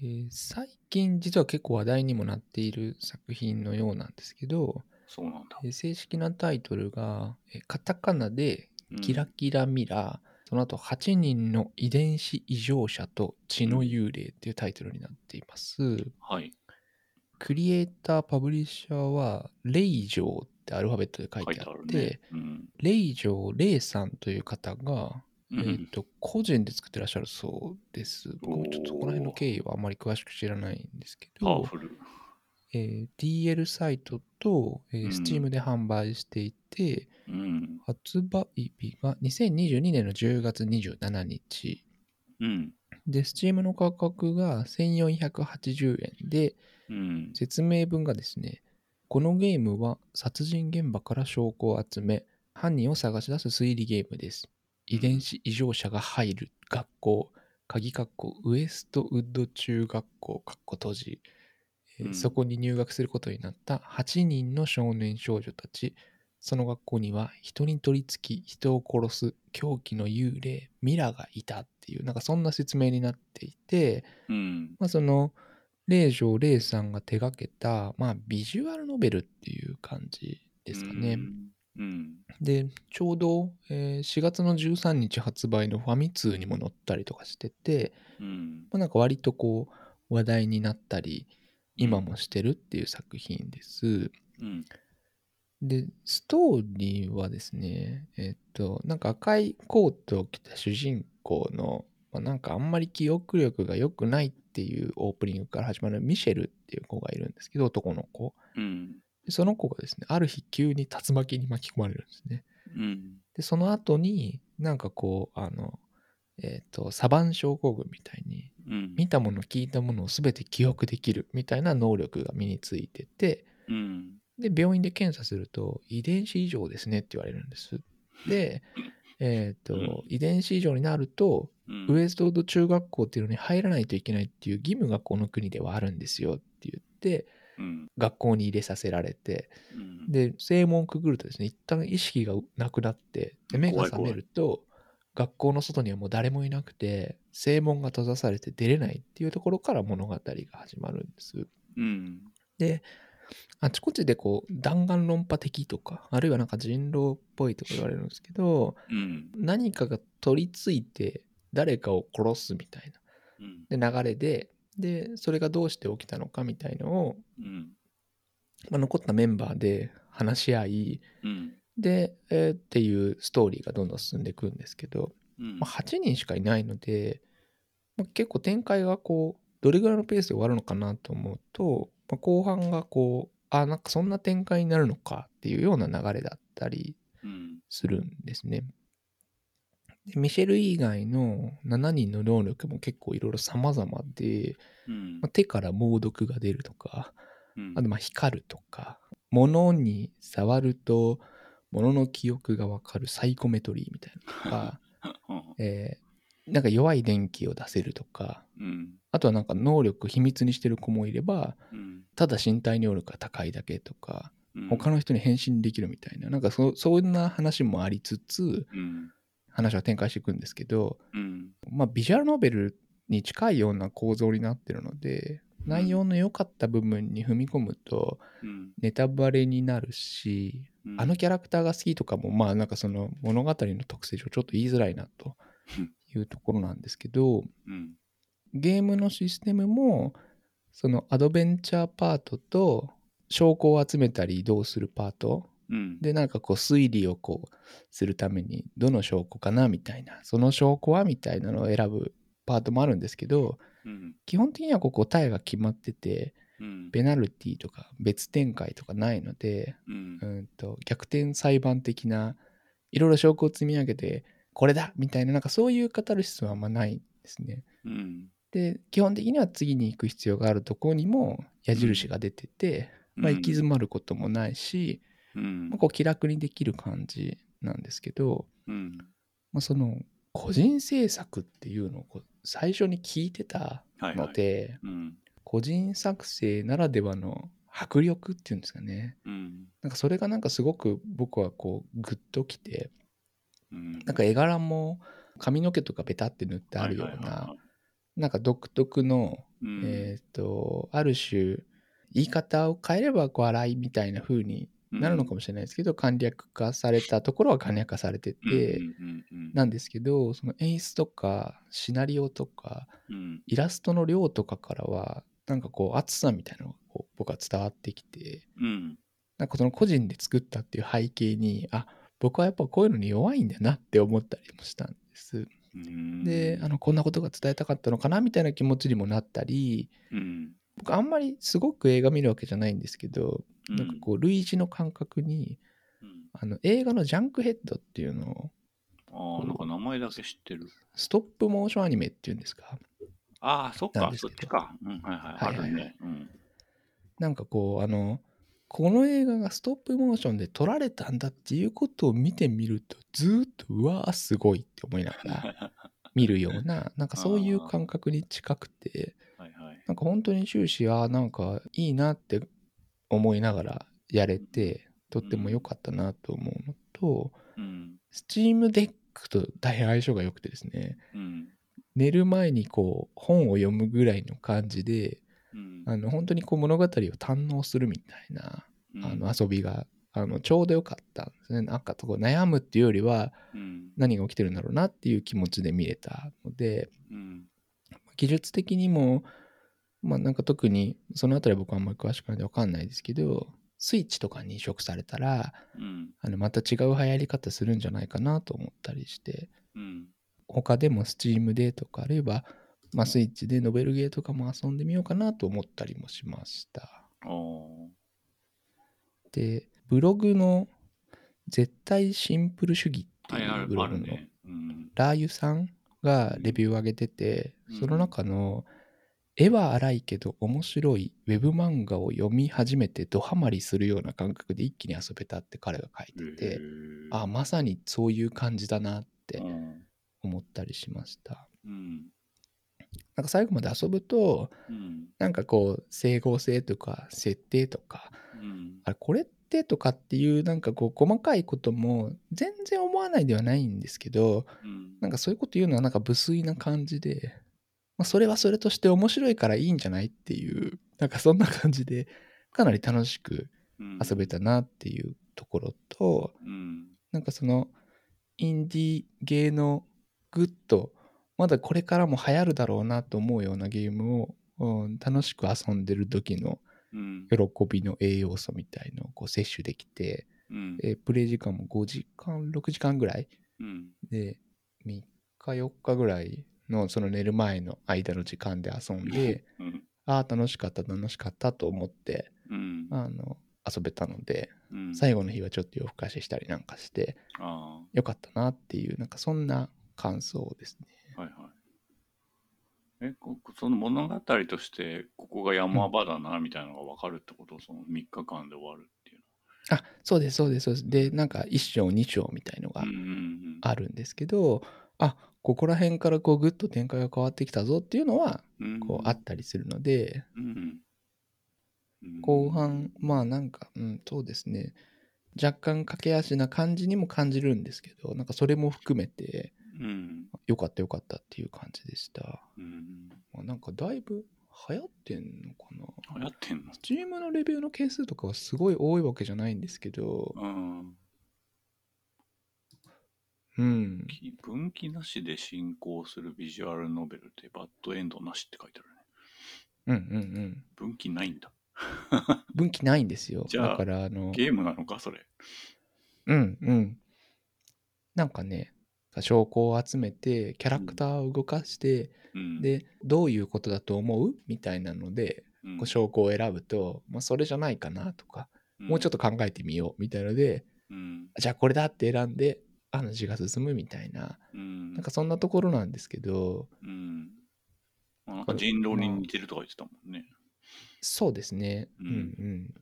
A: えー最近実は結構話題にもなっている作品のようなんですけど、
B: そうなんだ。
A: えー正式なタイトルが、えーカタカナで
B: うん
A: キラキラミラー、その後8人の遺伝子異常者と血の幽霊っていうタイトルになっています。
B: はい。
A: クリエイター、パブリッシャーは、レイジョーってアルファベットで書い
B: 書い
A: て
B: て
A: あ
B: ある
A: って、
B: ね。うん。
A: レイジョー・レイさんという方が、え
B: うん
A: ー、と個人で作ってらっしゃるそうです。僕もちょっとこの辺の経緯はあまり詳しく知らないんですけ
B: パワ
A: ど、
B: フル。
A: えー DL サイトと、え
B: う
A: ー、
B: ん
A: Steam で販売していて、
B: うん。
A: 発売日が2022年の10月27日
B: うん。
A: で Steam の価格が1480円で
B: うん。
A: 説明文がですねこのゲームは殺人現場から証拠を集め犯人を探し出す推理ゲームです遺伝子異常者が入る学校鍵括弧ウエストウッド中学校括弧閉じ、えー
B: うん
A: そこに入学することになった8人の少年少女たちその学校には人に取り付き人を殺す狂気の幽霊ミラがいたっていうなんかそんな説明になっていて、
B: うん。
A: まあ、その零条零さんが手がけた、まあ、ビジュアルノベルっていう感じですかね。
B: うん。うん。
A: でちょうど、えー4月の13日発売のファミ通にも載ったりとかしてて、
B: うん。
A: まあ、なんか割とこう話題になったり今もしてるっていう作品です。
B: うん。
A: でストーリーはですねえっとなんか赤いコートを着た主人公の、まあ、なんかあんまり記憶力が良くないっていうオープニングから始まるミシェルっていう子がいるんですけど男の子
B: うん。
A: でその子がですねある日急に竜巻に巻き込まれるんですね
B: うん。
A: でその後になんかこうあのえっとサバン症候群みたいに
B: うん。
A: 見たもの聞いたものを全て記憶できるみたいな能力が身についてて
B: うん。
A: で、病院で検査すると、遺伝子異常ですねって言われるんです。で、えっ、と、遺伝子異常になると、
B: うん。
A: ウエストウッド中学校っていうのに入らないといけないっていう義務がこの国ではあるんですよって言って、
B: うん。
A: 学校に入れさせられて、
B: うん。
A: で、正門くぐるとですね、一旦意識がなくなって、で目が覚めると、学校の外にはもう誰もいなくて、正門が閉ざされて出れないっていうところから物語が始まるんです。
B: うん。
A: であちこちでこう弾丸論破的とかあるいはなんか人狼っぽいとか言われるんですけど
B: うん。
A: 何かが取り付いて誰かを殺すみたい
B: うん。
A: なで流れででそれがどうして起きたのかみたいのを、
B: うん。
A: まあ、残ったメンバーで話し合い
B: うん。
A: で、えーっていうストーリーがどんどん進んでいくんですけど、
B: うん
A: まあ、8人しかいないので、まあ、結構展開がこうどれぐらいのペースで終わるのかなと思うと、まあ、後半がこうあなんかそんな展開になるのかっていうような流れだったり
B: うん。
A: するんですね。でミシェル以外の7人の能力も結構いろいろ様々で、
B: うん
A: まあ手から猛毒が出るとか
B: うん
A: あとまあ光るとか物に触ると物の記憶がわかるサイコメトリーみたいなのとか。えーなんか弱い電気を出せるとか
B: うん。
A: あとはなんか能力秘密にしてる子もいれば
B: うん。
A: ただ身体能力が高いだけとか
B: うん
A: 他の人に変身できるみたいななんかそそんな話もありつつ
B: うん。
A: 話は展開していくんですけど、
B: うん。
A: まあ、ビジュアルノベルに近いような構造になってるので内容の良かった部分に踏み込むと
B: うん。
A: ネタバレになるし
B: うん
A: あのキャラクターが好きとかも、まあなんかその物語の特性上ちょっと言いづらいなと
B: うん
A: いうところなんですけど、
B: うん。
A: ゲームのシステムも、そのアドベンチャーパートと証拠を集めたり移動するパート
B: うん。
A: でなんかこう推理をこうするためにどの証拠かなみたいなその証拠はみたいなのを選ぶパートもあるんですけど
B: うん。
A: 基本的にはこう答えが決まってて
B: うん。
A: ペナルティとか別展開とかないので
B: うん
A: う。んと逆転裁判的ないろいろ証拠を積み上げてこれだみたいななんかそういうカタルシスはあんまないですね。
B: うん。
A: で基本的には次に行く必要があるところにも矢印が出てて、まあ、行き詰まることもないし、
B: うん
A: まあ、こう気楽にできる感じなんですけど、
B: うん。
A: まあ、その個人制作っていうのをこう最初に聞いてた
B: はいは
A: の
B: い。
A: で、
B: うん。
A: 個人作成ならではの迫力っていうんですかね
B: うん。
A: なんかそれがなんかすごく僕はこうグッときて
B: うん。
A: なんか絵柄も髪の毛とかベタって塗ってあるよ
B: はいうはいはいは
A: ないなんか独特の、
B: うん
A: えっ、とある種言い方を変えればこう荒いみたいな風になるのかもしれないですけど、簡略化されたところは簡略化されてて、
B: うんうん
A: なんですけどその演出とかシナリオとか
B: うんうん
A: イラストの量とかからはなんかこう熱さみたいなのがこう僕は伝わってきて
B: うん
A: なんかその個人で作ったっていう背景にあ僕はやっぱこういうのに弱いんだなって思ったりもしたんです。
B: うん
A: であのこんなことが伝えたかったのかなみたいな気持ちにもなったり
B: うん
A: 僕あんまりすごく映画見るわけじゃないんですけど
B: う
A: なんかこう類似の感覚に
B: うん
A: あの映画の「ジャンクヘッド」っていうのを
B: ああなんか名前だけ知ってる
A: ストップモーションアニメっていうんですか
B: ああそっ
A: なん
B: か
A: です
B: そ
A: け
B: っ
A: ど
B: ちかうんはいはいあ
A: はいはいはい
B: るねうん
A: なんかこうあのこの映画がストップモーションで撮られたんだっていうことを見てみるとずーっとうわーすごいって思いながら見るようななんかそういう感覚に近くて
B: はいはい
A: なんか本当に終始あーなんかいいなって思いながらやれてとっても良かったなと思うのと、
B: うん
A: スチームデックと大変相性が良くてですね
B: うん
A: 寝る前にこう本を読むぐらいの感じで
B: うん
A: あの本当にこう物語を堪能するみたいなあの遊びがあのちょうどよかったんですね。なんかこう悩むっていうよりは
B: うん
A: 何が起きてるんだろうなっていう気持ちで見れたので
B: うん
A: 技術的にもまあなんか特にその辺りは僕はあんまり詳しくないんで分かんないですけどスイッチとかに移植されたら
B: うん
A: あのまた違う流行り方するんじゃないかなと思ったりして
B: うん
A: 他でも Steam でとかあるいは、まあ、スイッチでノベルゲーとかも遊んでみようかなと思ったりもしました。
B: あー
A: でブログの「絶対シンプル主義」って
B: はいあ
A: いうブ
B: るあ
A: ログの
B: るねうん
A: ラー油さんがレビューを上げてて、
B: うん
A: その中の「絵は荒いけど面白いウェブ漫画を読み始めてドハマりするような感覚で一気に遊べた」って彼が書いて
B: へ
A: て、
B: ー
A: あまさにそういう感じだなって
B: うん
A: 思ったりしました。
B: うん
A: なんか最後まで遊ぶと
B: うん
A: なんかこう整合性とか設定とか
B: うん
A: あれこれってとかっていうなんかこう細かいことも全然思わないではないんですけど
B: うん
A: なんかそういうこと言うのはなんか無粋な感じで、まあ、それはそれとして面白いからいいんじゃないっていうなんかそんな感じでかなり楽しく
B: うん
A: 遊べたなっていうところと
B: うん
A: なんかそのインディーゲーのグッとまだこれからも流行るだろうなと思うようなゲームを、うん、楽しく遊んでる時の
B: うん
A: 喜びの栄養素みたいのをこう摂取できて、
B: うん
A: えープレイ時間も5時間6時間ぐらい
B: うん
A: で3日4日ぐらいのその寝る前の間の時間で遊んで
B: うん
A: ああ楽しかった楽しかったと思って
B: うん
A: あの遊べたので
B: うん
A: 最後の日はちょっと夜更かししたりなんかして
B: あ
A: よかったなっていうなんかそんな感想ですね。
B: あ、はいはい。え、こその物語として、ここが山場だな、みたいなのが分かるってことその3日間で終わるっていう
A: あそうですそうですそうです。でなんか1章2章みたいの
B: の
A: が
B: は。うんうん
A: あるんですけどあここら辺からこうグッと展開が変わってきたぞっていうのは
B: うん。うん
A: こうあったりするので
B: うんうん
A: 後半まあなんかうんそうですね若干駆け足な感じにも感じるんですけどなんかそれも含めて
B: うん。
A: よかったよかったっていう感じでした、
B: うん。
A: まあ、なんかだいぶ流行ってんのかな
B: 流行ってんの
A: スチームのレビューの件数とかはすごい多いわけじゃないんですけど
B: うん。
A: うん
B: き分岐なしで進行するビジュアルノベルってバッドエンドなしって書いてあるね。
A: うんうんうん
B: 分岐ないんだ。
A: 分岐ないんですよ
B: じゃあ
A: だからあの
B: ゲームなのか、それ。
A: うんうん。なんかね、証拠を集めて、キャラクターを動かして、
B: うん。、
A: で、どういうことだと思うみたいなので、
B: うん
A: こう証拠を選ぶと、まあ、それじゃないかなとか、もうちょっと
B: と。
A: 考えてみようみたいので、
B: うん。
A: じゃあこれだって選んで、話が進むみたいな、
B: うん。
A: なんかそんなところなんですけど、
B: うん。まあなんか人狼に似てるとか言ってたもんね。
A: そうですね。う
B: うんん
A: うん。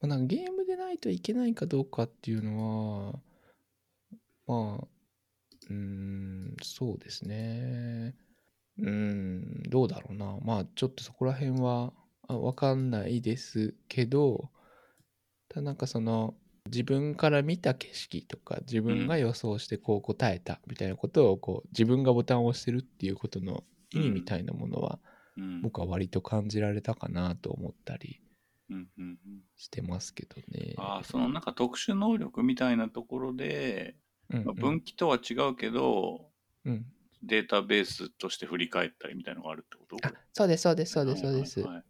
A: まあ、なんかゲームでないといけないかどうかっていうのは、まあ、うーん、そうですね。うーん、どうだろうな。まあ、ちょっとそこら辺は、あ、わかんないですけど、ただなんかその、自分から見た景色とか、自
B: う
A: 分
B: ん、
A: が予想してこう答えたみたいなことを、こう、自分がボタンを押してるっていうことの
B: う
A: 意味み
B: ん、
A: たいなものは、
B: うん、
A: 僕は割と感じられたかなと思ったり
B: うん、うん。うん
A: してますけど
B: ああ、
A: ね。
B: そのなんか特殊能力みたいなところで、
A: う
B: ま
A: ん
B: あ、
A: う
B: 分
A: ん。
B: 岐とは違うけど、
A: うん。
B: データベースとして振り返ったりみたいなのがあるってこと
A: あ、そうです、そうです、そう
B: は
A: です、
B: い
A: そうで
B: はい
A: す。
B: はい。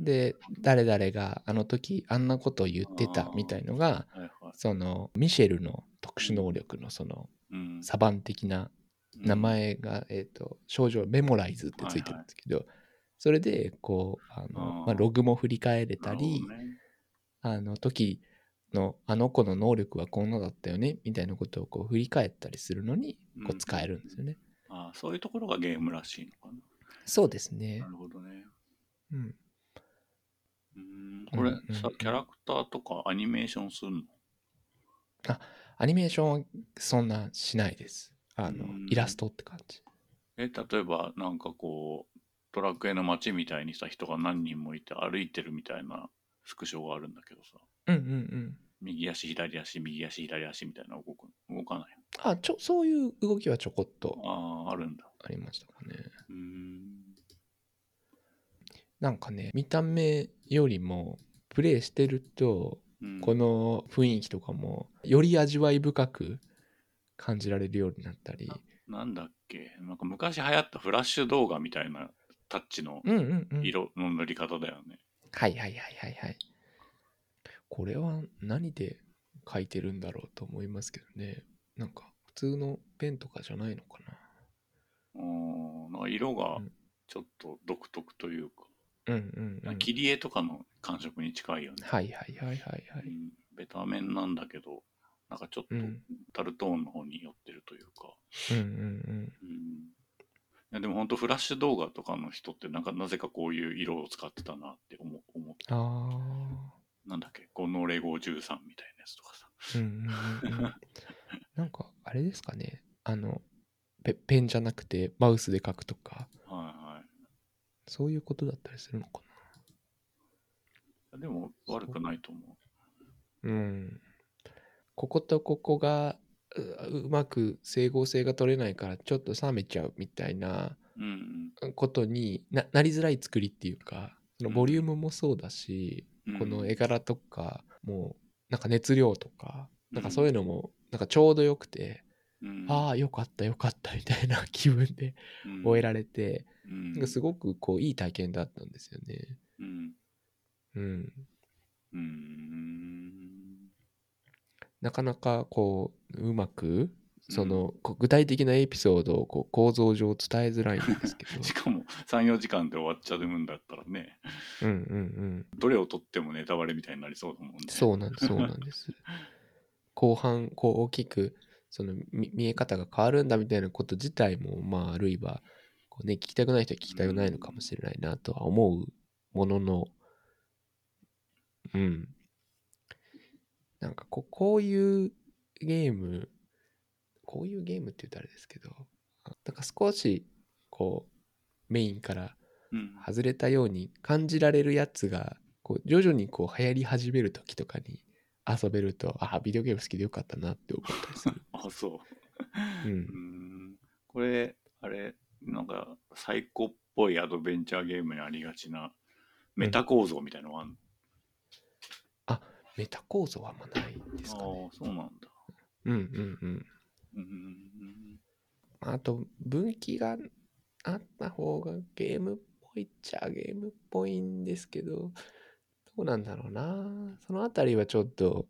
A: で、誰々があの時あんなことを言っ
B: あ
A: てたみたいのが、
B: あ、はいはい。
A: そのミシェルの特
B: う
A: 殊
B: ん、
A: 能力のその
B: うん、
A: サバン的な
B: う
A: 名
B: ん。
A: 前が、えっ、と、症状メモライズって
B: は
A: つ
B: い
A: いてるん
B: は
A: で
B: い。
A: すけど、それで、こう、あの、まあ、
B: あ
A: ログも振り返れ
B: あ、な
A: た
B: るほど
A: り、
B: ね。
A: あの時のあの子の能力はこんなだったよねみたいなことをこう振り返ったりするのに
B: うん、う、
A: こうん使えるん
B: う
A: です
B: ん。
A: よね。
B: ああ、そういうところがゲームらしいのかな。
A: そうです
B: な
A: ね。
B: るほどね。
A: うん。
B: うーん、
A: う
B: これ
A: んう
B: さ、
A: ん
B: キ
A: う
B: ャ
A: ん。
B: ラクターとかアニメーションするの
A: あ、アニメーションはそんなしないです。あ
B: うー
A: の、イラス
B: ん。
A: トって感じ。
B: え、例えば、なんかこう、ドラクエの街みたいにさ、人が何人もいて歩いてるみたいなスクショがあるんだけどさ、
A: うんうんうん。
B: 右足、左足、右足、左足みたいなの動く、動かない。
A: あ、ちょ、そういう動きはちょこっと
B: ああ、あるんだ。
A: ありましたかね。
B: うーん。
A: なんかね、見た目よりもプレイしてると、
B: う
A: こ
B: ん。
A: の雰囲気とかもより味わい深く感じられるようになった
B: な、
A: り。
B: なんだっけ。なんか昔流行ったフラッシュ動画みたいなタッチの
A: うんうんうん。
B: 色の塗り方だよね。
A: はいはいはいはいはい。これは何で書いてるんだろうと思いますけどね。なんか普通のペンとかじゃないのかな。
B: うーん。なんか色
A: う
B: が
A: ん、
B: ちょっと独特というか、
A: うんうんう
B: なんか
A: ん。
B: 切り絵とかの感触に近いよね。
A: はいはいはいはいは
B: う
A: い。
B: ん、ベタ面なんだけど、なんかちょっ
A: う
B: と
A: ん。
B: タルトーンの方に寄ってるというか、
A: うんうん
B: うん、いやでも本当フラッシュ動画とかの人ってなんかなぜかこういう色を使ってたなって思思っ
A: うん。
B: た。
A: ああ。
B: なんだっけ、このレゴ13みたいなやつとかさ。
A: うんうんうんうん。なんかあれですかね。あの、ペ、ペンじゃなくてマウスで書くとか、
B: はいはい。
A: そういうことだったりするのかな。
B: でも悪
A: そ
B: くないと思
A: う。うん。こことここがううまく整合性が取れないからちょっと冷めちゃうみたいな
B: う。うん
A: ことにななりづらい作りっていうかその
B: う
A: ボリュー
B: ん。
A: ムもそうだし
B: うんう
A: この
B: ん。
A: 絵柄とかもうなんか熱量とか
B: う。
A: なんかそういうんのもなんかちょうどよくて
B: うん。
A: ああーよかったよかったみたいな気分で
B: う
A: 終え
B: ん。
A: られて
B: う
A: なんか
B: ん。
A: すごくこういい体験だったんですよね。
B: うん。
A: うん、
B: うん。
A: なかなかこううまく
B: う
A: そ
B: ん
A: のこ具体的なエピソードをこう構造上伝えづらいんですけ
B: し
A: ど、
B: かも3、4時間で終わっちゃうんだったらね、
A: うんうんうん
B: どれを取ってもネタバレみたいになりそうだもんね。
A: そうなんですそうなんです。 後半こう大きくその見見え方が変わるんだみたいなこと自体もまああるいはこうね聞きたくない人は聞き
B: う
A: たくないのかも
B: ん。
A: しれないなとは思うものの、うん、なんかこうこういうゲームこういうゲームって言うとあれですけどなんか少しこうメインから
B: うん。
A: 外れたように感じられるやつがこう徐々にこう流行り始める時とかに遊べるとあビデオゲーム好きでよかったなって思ったりする。、
B: あ、そうう。うんん。これ、あれ、なんか、サイコっぽいアドベンチャーゲームにありがちな
A: う
B: メ
A: ん、
B: タ構造みたいのがある
A: あメタ構造はあんまないですか
B: の。あ
A: ね。
B: あ、そうなんだ。
A: うんうんうん。
B: うん。
A: あと分岐があった方がゲームっぽいっちゃゲームっぽいんですけどどうなんだろうな。そのあたりはちょっと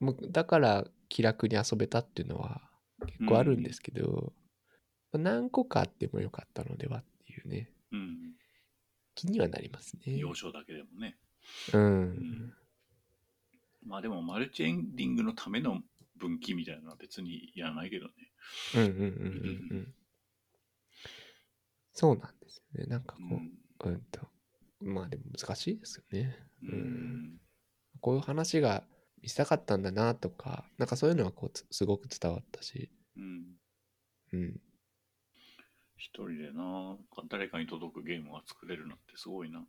A: もうだから気楽に遊べたっていうのは結
B: う
A: 構あるんで
B: ん。
A: すけど何個かあってもよかったのではっていうね
B: うん。
A: 気にはなります
B: 要
A: ね。
B: 所だけでもね。
A: う
B: うん。
A: ん。
B: まあでも、マルチエンディングのための分岐みたいなのは別にいらないけどね。
A: うんうんうん
B: う。
A: うんうんん。そうなんですよね。なんか
B: う
A: こ
B: ん。
A: う、うんと。まあでも難しいですよね。
B: う
A: うん。
B: ん。
A: こういう話が見せたかったんだなとか、なんかそういうのはこうつすごく伝わったし。
B: うん。
A: うん。
B: 一人でな、誰かに届くゲームが作れるのってすごいな。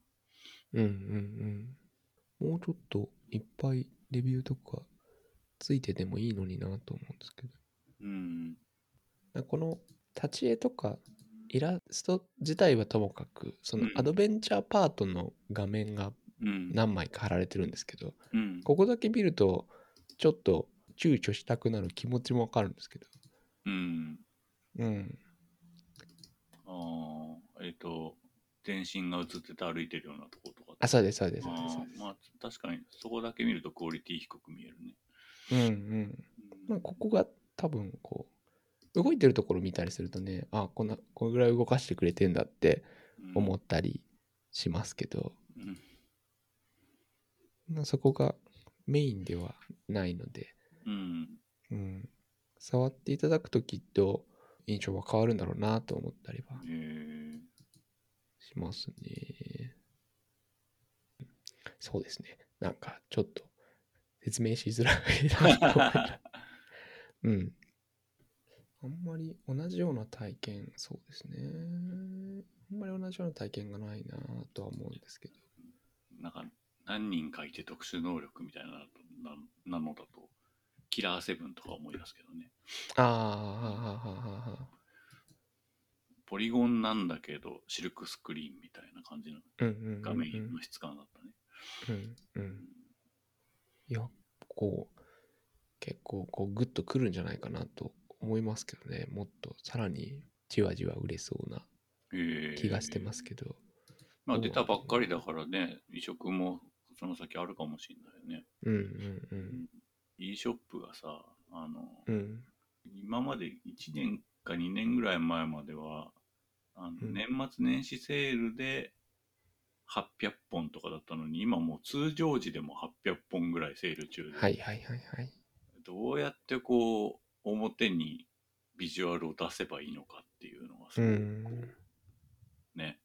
A: うんうんうん。もうちょっといっぱいレビューとかついててもいいのになと思うんですけど。
B: うん。
A: なんかこの立ち絵とかイラスト自体はともかく、その
B: うん
A: アドベンチャーパートの画面が
B: うん。
A: 何枚か貼られてるんですけど、
B: うん。
A: ここだけ見るとちょっと躊躇したくなる気持ちもわかるんですけど。
B: うん。
A: うん。
B: ああ、えっ、と、全身が映ってて歩いてるようなとことか。
A: あ、そうです、そうです、そうです。そ
B: あ
A: うで
B: ーまあ、確かに、そこだけ見るとクオリティ低く見えるね。
A: すうんうん。
B: う
A: まあ、
B: ん
A: ここが多分こう動いてるところ見たりするとねあこんなこれぐらい動かしてくれてんだって思ったりしますけど、
B: うん。
A: まあそこがメインではないので、
B: うん。
A: うん、触っていただくときっと印象は変わるんだろうなと思ったりは
B: えー
A: しますね。そうですねなんかちょっと説明しづらいなと思い ますうん。あんまり同じような体験、そうですね。あんまり同じような体験がないなとは思うんですけど。
B: なんか何人かいて特殊能力みたいなのななのだとキラーセブンとか思い出すけどね
A: ああ、はあはあはあはあ。
B: ポリゴンなんだけどシルクスクリーンみたいな感じの
A: うんうんうんうん。
B: 画面の質感だったね、
A: うんうん。いや、こう、結構こうグッとくるんじゃないかなと思いますけどね。もっとさらにじわじわ売れそうな
B: えー
A: 気がしてますけど。
B: まあ出たばっかりだからね移植もその先あるかもしれないよね
A: うんうん
B: e ショップがさあの、
A: うん。うん。
B: 今まで1年か2年ぐらい前まではあの
A: うん
B: 年末年始セールで800本とかだったのに今もう通常時でも800本ぐらいセール中で、
A: はいはいはいはい。
B: どうやってこう表にビジュアルを出せばいいのかっていうのがす
A: う
B: ごい
A: ん。
B: ね、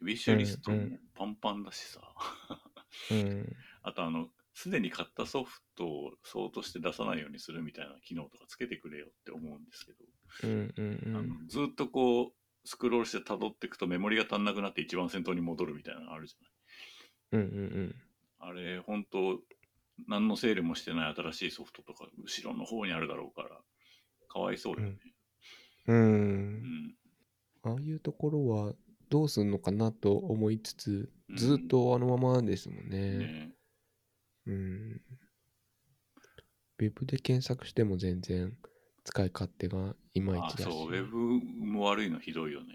B: ウィッシュリスト
A: うんう
B: も
A: ん
B: パンパンだしさ、
A: うん。
B: あとあのすでに買ったソフトをそうとして出さないようにするみたいな機能とかつけてくれよって思うんですけど
A: うんうんう
B: あの
A: ん。
B: ずーっとこうスクロールして辿っていくとメモリが足んなくなって一番先頭に戻るみたいなのあるじ
A: うんうん
B: ゃないあれ本当何のセールもしてない新しいソフトとか後ろの方にあるだろうからかわいそうだよね
A: うん。う。
B: うんん、
A: ああいうところはどうすんのかなと思いつつ、
B: うん
A: ずっとあのままですもんね。
B: ね
A: うん。ウェブで検索しても全然使い勝手がいまい
B: あ
A: ちだし。
B: そうウェブも悪いのひどいよね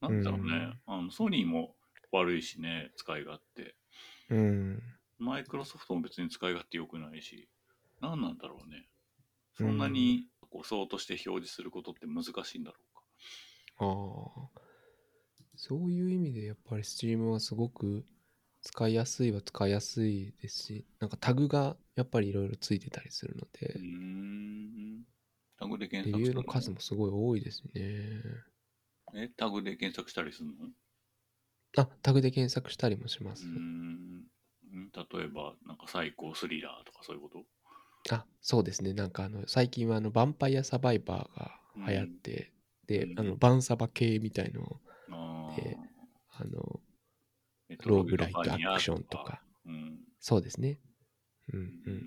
B: なんだろうね、あのソニーも悪いしね使い勝手
A: うん。
B: マイクロソフトも別に使い勝手良くないし何なんだろうねそんなにこうそうとして表示することって難しいんだろうか
A: ああ。そういう意味でやっぱり Steam はすごく使いやすいは使いやすいですし、なんかタグがやっぱりいろいろついてたりするの
B: うー
A: で、
B: んタグで検
A: レビュ
B: 索す
A: ー
B: る
A: の数もすごい多いですね。
B: え、タグで検索したりするの
A: あ、タグで検索したりもしま
B: う
A: す。
B: ーん。例えば、なんか最高スリラーとかそういうこと
A: あ、そうですね。なんかあの、最近はあの、ヴァンパイアサバイバーが流行って、で
B: う、ん
A: あの、バンサバ系みたいのを、
B: ああ。
A: であの、
B: えっと
A: ローグライトアクションと。
B: ロビーバ
A: か、
B: ニうん。
A: そうですね。うん
B: う
A: う
B: ー。
A: ん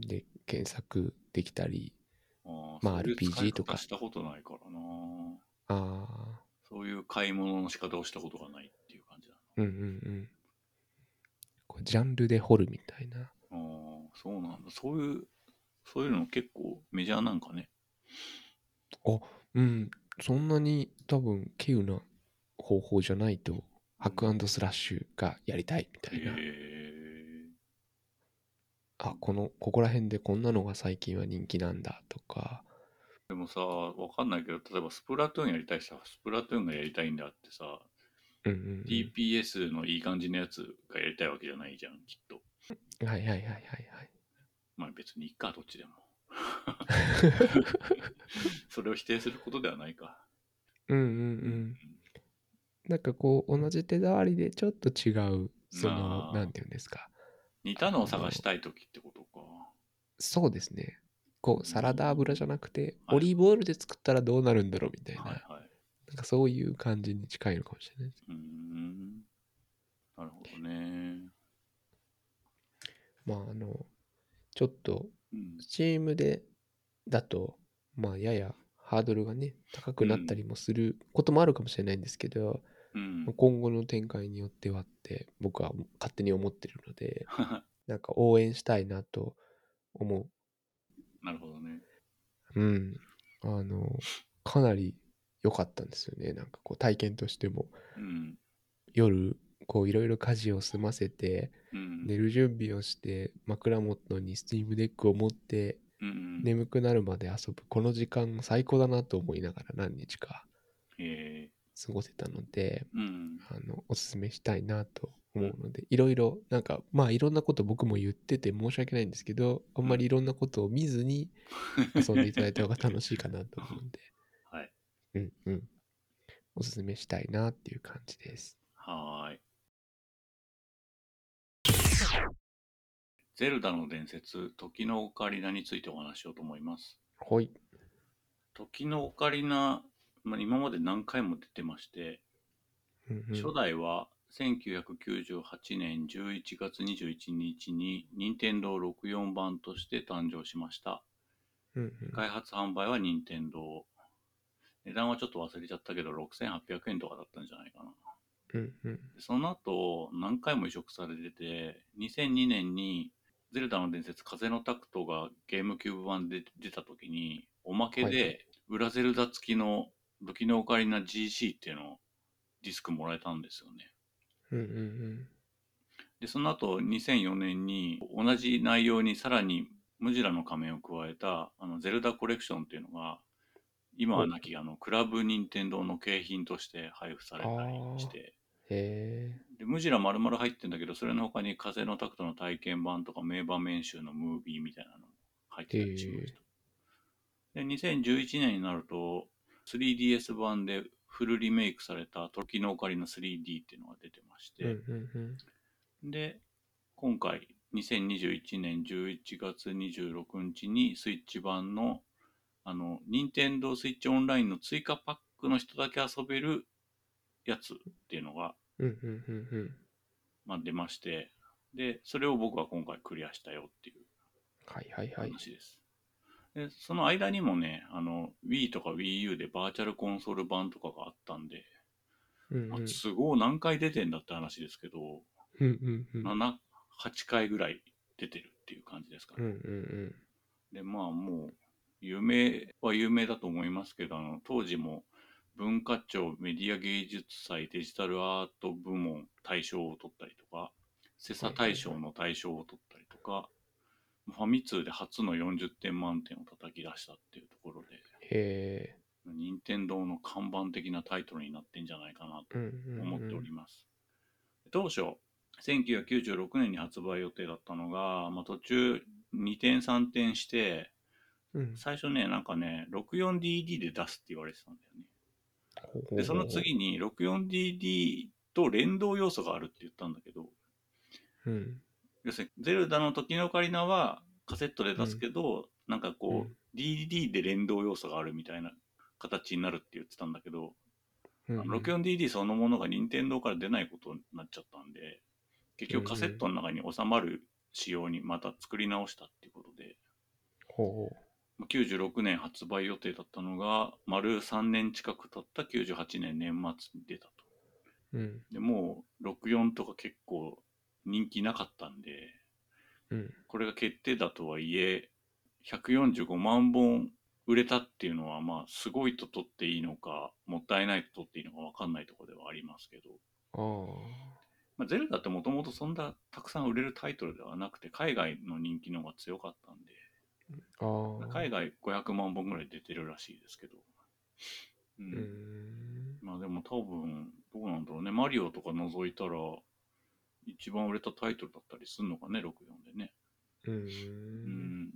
A: ん。で、検索できたり、
B: あ
A: まあ
B: そういう
A: RPG
B: 使い方
A: とか
B: したことないからな。
A: あ
B: そういう買い物の仕方をしたことがないっていう感じだ
A: ー、うんうんうん。こうジャンルで掘るみたいな。
B: な。ああ、そうなんだ。そういう、そういうの結構メジャーなんかね。
A: うん、そんなに多分、稀有な方法じゃないと、ハックスラッシュがやりたいみた
B: へ
A: いな。
B: え。
A: あこのここら辺でこんなのが最近は人気なんだとか
B: でもさ、わかんないけど、例えばスプラトゥーンやりたいさ、スプラトゥーンがやりたいんだってさ、
A: うんうん、う
B: DPS のいい感じのやつがやりたいわけじゃないじゃん、きっと。
A: ん、はいはいはいはい
B: まあ別にいっか、どっ ちでも。それを否定することではないか。
A: うんうんうんなんかこう同じ手触りでちょっと違うそ
B: ま
A: の
B: あ
A: なんていうんですか
B: 似たのを探したいときってことか。
A: そうですねこうサラダ油じゃなくて、
B: はい
A: オリーブオイルで作ったらどうなるんだろうみたいな、
B: はいはい。
A: なんかそういう感じに近いのかもしれないです。
B: うーん。なるほどね。
A: まああのちょっと
B: うん。
A: スチームでだとまあややハードルがね高くなったりもすることもあるかもしれないんですけど、
B: うん
A: まあ。今後の展開によってはって僕は勝手に思ってるのでなんか応援したいなと思う
B: なるほどね。
A: うん。あの、かなり良かったんですよね。なんかこう体験としても、
B: うん。
A: 夜、こういろいろ家事を済ませて、
B: うん。
A: 寝る準備をして、枕元にスチームデックを持って、
B: うん。
A: 眠くなるまで遊ぶ、この時間最高だなと思いながら何日か
B: え
A: 過ごせたので、
B: ーうん。
A: あの、おすすめしたいなと思うので、いろいろ、なんか、まあいろんなこと僕も言ってて申し訳ないんですけど、あんまりいろんなことを見ずに遊んでいただいた方が楽しいかなと思うんで、
B: はい。
A: うんうん。おすすめしたいなっていう感じです。
B: はーい。ゼルダの伝説、時のオカリナについてお話しようと思います。
A: ほい。
B: 時のオカリナ、まあ、今まで何回も出てまして、
A: うんうん
B: 初代は1998年11月21日に任天堂64版として誕生しました。
A: うんうん
B: 開発販売は任天堂。値段はちょっと忘れちゃったけど、6800円とかだったんじゃないかな。
A: うんうん
B: その後、何回も移植されてて、2002年に、ゼルダの伝説、風のタクトがゲームキューブ版で出た時に、おまけ
A: は
B: で、裏ゼルダ付きの、武器のオカリナ GC っていうのをディスクもらえたんですよね。
A: うんうん
B: で、その後、2004年に、同じ内容にさらに、ムジラの仮面を加えた、あの、ゼルダコレクションっていうのが、今はなき、あの、クラブ・ニンテンドーの景品として配布されたりして、
A: へ
B: で、ムジラ丸々入ってんだけど、それの他に風のタクトの体験版とか名場面集のムービーみたいなのも入ってたりしました。で、2011年になると、3DS 版でフルリメイクされた時のオカリナ 3D っていうのが出てまして、
A: え。うんうんうん
B: で、今回、2021年11月26日にスイッチ版の、あの、任天堂スイッチオンラインの追加パックの人だけ遊べるやつっていうのが
A: うんうんうんうん。
B: まあ、出まして、で、それを僕は今回クリアしたよっていう
A: はいはいはい。
B: 話です。で、その間にもね、あの、Wii とか WiiU でバーチャルコンソール版とかがあったんで、
A: うんうん
B: あすごい何回出てんだって話ですけど、
A: うんうんうん。
B: 7、8回ぐらい出てるっていう感じですか
A: うんう
B: ね。
A: ん
B: で、まあもう、有名は有名だと思いますけど、あの、当時も文化庁メディア芸術祭デジタルアート部門大賞を取ったりとか、セサ大賞の大賞を取ったりとか、ファミ通で初の40点満点を叩き出したっていうところで、
A: へ
B: 任天堂の看板的なタイトルになってんじゃないかなと
A: え。うんうん
B: 思っております。当初、1996年に発売予定だったのが、まあ、途中2点3点して、
A: うん
B: 最初ね、なんかね、64DD で出すって言われてたんだよね。
A: ほうほうほう
B: で、その次に 64DD と連動要素があるって言ったんだけど、
A: うん
B: 要するに、ゼルダの時のオカリナはカセットで出すけど、なんかこ
A: う
B: う、
A: ん
B: DD で連動要素があるみたいな形になるって言ってたんだけど、
A: うん
B: あの 64DD そのものが任天堂から出ないことになっちゃったんで、結局カセットの中に収まる仕様にまた作り直したっていうことで、
A: ほう
B: 96年発売予定だったのが、丸3年近く経った98年年末に出たと。
A: うん
B: で、もう64とか結構人気なかったんで、
A: うん
B: これが決定だとはいえ、145万本売れたっていうのは、まあ、すごいと取っていいのか、もったいないと取っていいのかわかんないところではありますけど、
A: ああ
B: まあ、ゼルダってもともとそんなたくさん売れるタイトルではなくて、海外の人気の方が強かったんで、
A: ああ
B: 海外500万本ぐらい出てるらしいですけど。う。
A: うんん
B: まあでも多分、どうなんだろうね。マリオとか除いたら、一番売れたタイトルだったりするのかね、64でね。
A: う
B: うんん。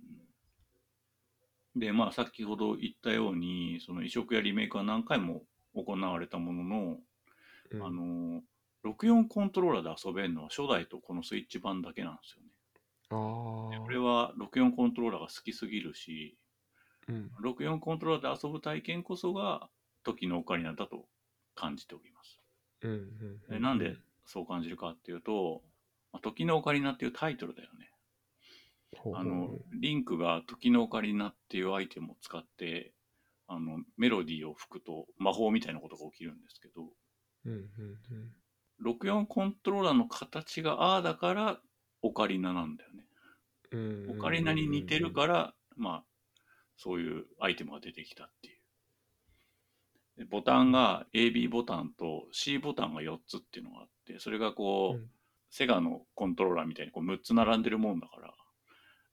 B: で、まあ先ほど言ったように、その移植やリメイクは何回も行われたものの、
A: うん
B: あの、64コントローラーで遊べるのは初代とこのスイッチ版だけなんですよね。
C: あ
B: で
C: あ。
B: 俺は64コントローラーが好きすぎるし、
C: うん。
B: 64コントローラーで遊ぶ体験こそが時のオカリナだと感じております。
C: うんうんう
B: え
C: ん。
B: なんでそう感じるかっていうと、まあ時のオカリナっていうタイトルだよね。
C: ほうほう
B: あ
C: ほう
B: の、リンクが時のオカリナっていうアイテムを使って、あの、メロディーを吹くと魔法みたいなことが起きるんですけど、
C: うんうんうん。
B: 64コントローラーの形がああだから、オカリナなんだよね。
C: うん
B: オカリナに似てるから、まあ、そういうアイテムが出てきたっていう。でボタンが AB ボタンと C ボタンが4つっていうのがあって、それがこう、
C: うん
B: セガのコントローラーみたいにこう6つ並んでるもんだから、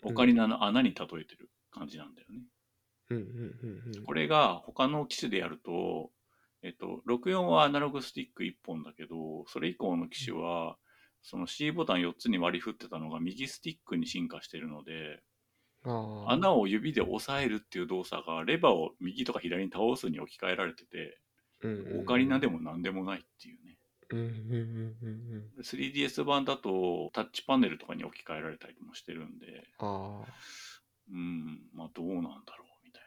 C: うん
B: オカリナの穴に例えてる感じなんだよね。
C: うんうんうんうん。
B: これが他の機種でやると、えっと、64はアナログスティック1本だけど、それ以降の機種は、その C ボタン4つに割り振ってたのが右スティックに進化してるので、
C: ああ。
B: 穴を指で押さえるっていう動作がレバーを右とか左に倒すに置き換えられてて、
C: うんうんうん
B: オカリナでも何でもないっていうね。
C: うんうんうんうんうん。
B: 3DS 版だとタッチパネルとかに置き換えられたりもしてるんで、
C: ああ。
B: うん、まあどうなんだろうみたい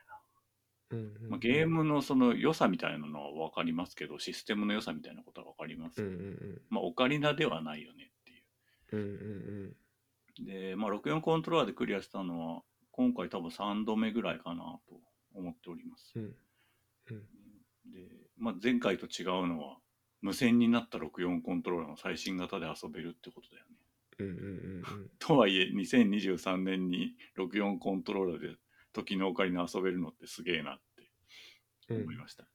C: うんうんうん
B: な。まあ、ゲームのその良さみたいなのはわかりますけど、システムの良さみたいなことはわかります
C: う
B: け
C: ん
B: ど、
C: うん
B: まあオカリナではないよねって
C: う
B: いう。
C: ん。うんうん
B: で、まあ、64コントローラーでクリアしたのは、今回多分3度目ぐらいかなと思っております。
C: うんうん
B: で、まあ、前回と違うのは、無線になった64コントローラーの最新型で遊べるってことだよね。
C: うん。うんうんうん
B: とはいえ、2023年に64コントローラーで時のオカリナ遊べるのってすげえなって
C: うん。
B: 思いました。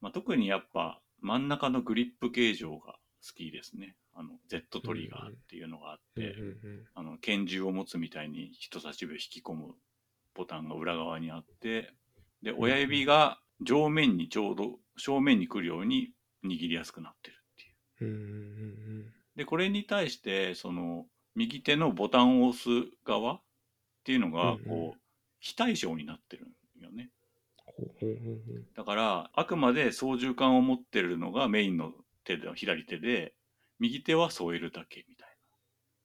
B: まあ、特にやっぱ真ん中のグリップ形状が好きですね。あの、Z トリガーっていうのがあって、
C: うんうん
B: あの拳銃を持つみたいに人差し指を引き込むボタンが裏側にあってで親指が上面にちょうど正面に来るように握りやすくなってるっていう
C: うん。うんうん
B: でこれに対してその右手のボタンを押す側っていうのが
C: うんうん
B: こう非対称になってるんよね
C: ほうほうほうほう
B: だからあくまで操縦桿を持ってるのがメインの手で左手で右手は添えるだけみたいな。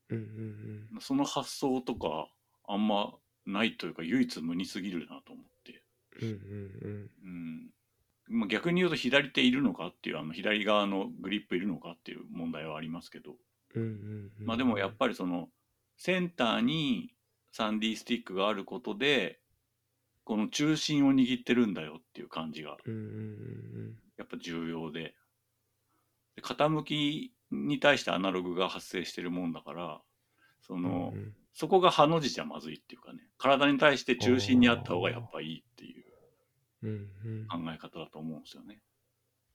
C: うんうん
B: その発想とか、あんまないというか、唯一無二すぎるなと思って。
C: うん。うんうんうん。
B: うん。まあ、逆に言うと、左手いるのかっていう、あの、左側のグリップいるのかっていう問題はありますけど、
C: うんうんうん。
B: まあでもやっぱりその、センターにサンディスティックがあることで、この中心を握ってるんだよっていう感じが、
C: うんうんうん
B: やっぱ重要で。で傾きに対してアナログが発生してるもんだから、そ
C: うん。
B: の、
C: うんうん
B: そこがハの字じゃまずいっていうかね、体に対して中心にあった方がやっぱいいっていう
C: うんうん
B: 考え方だと思うんですよね。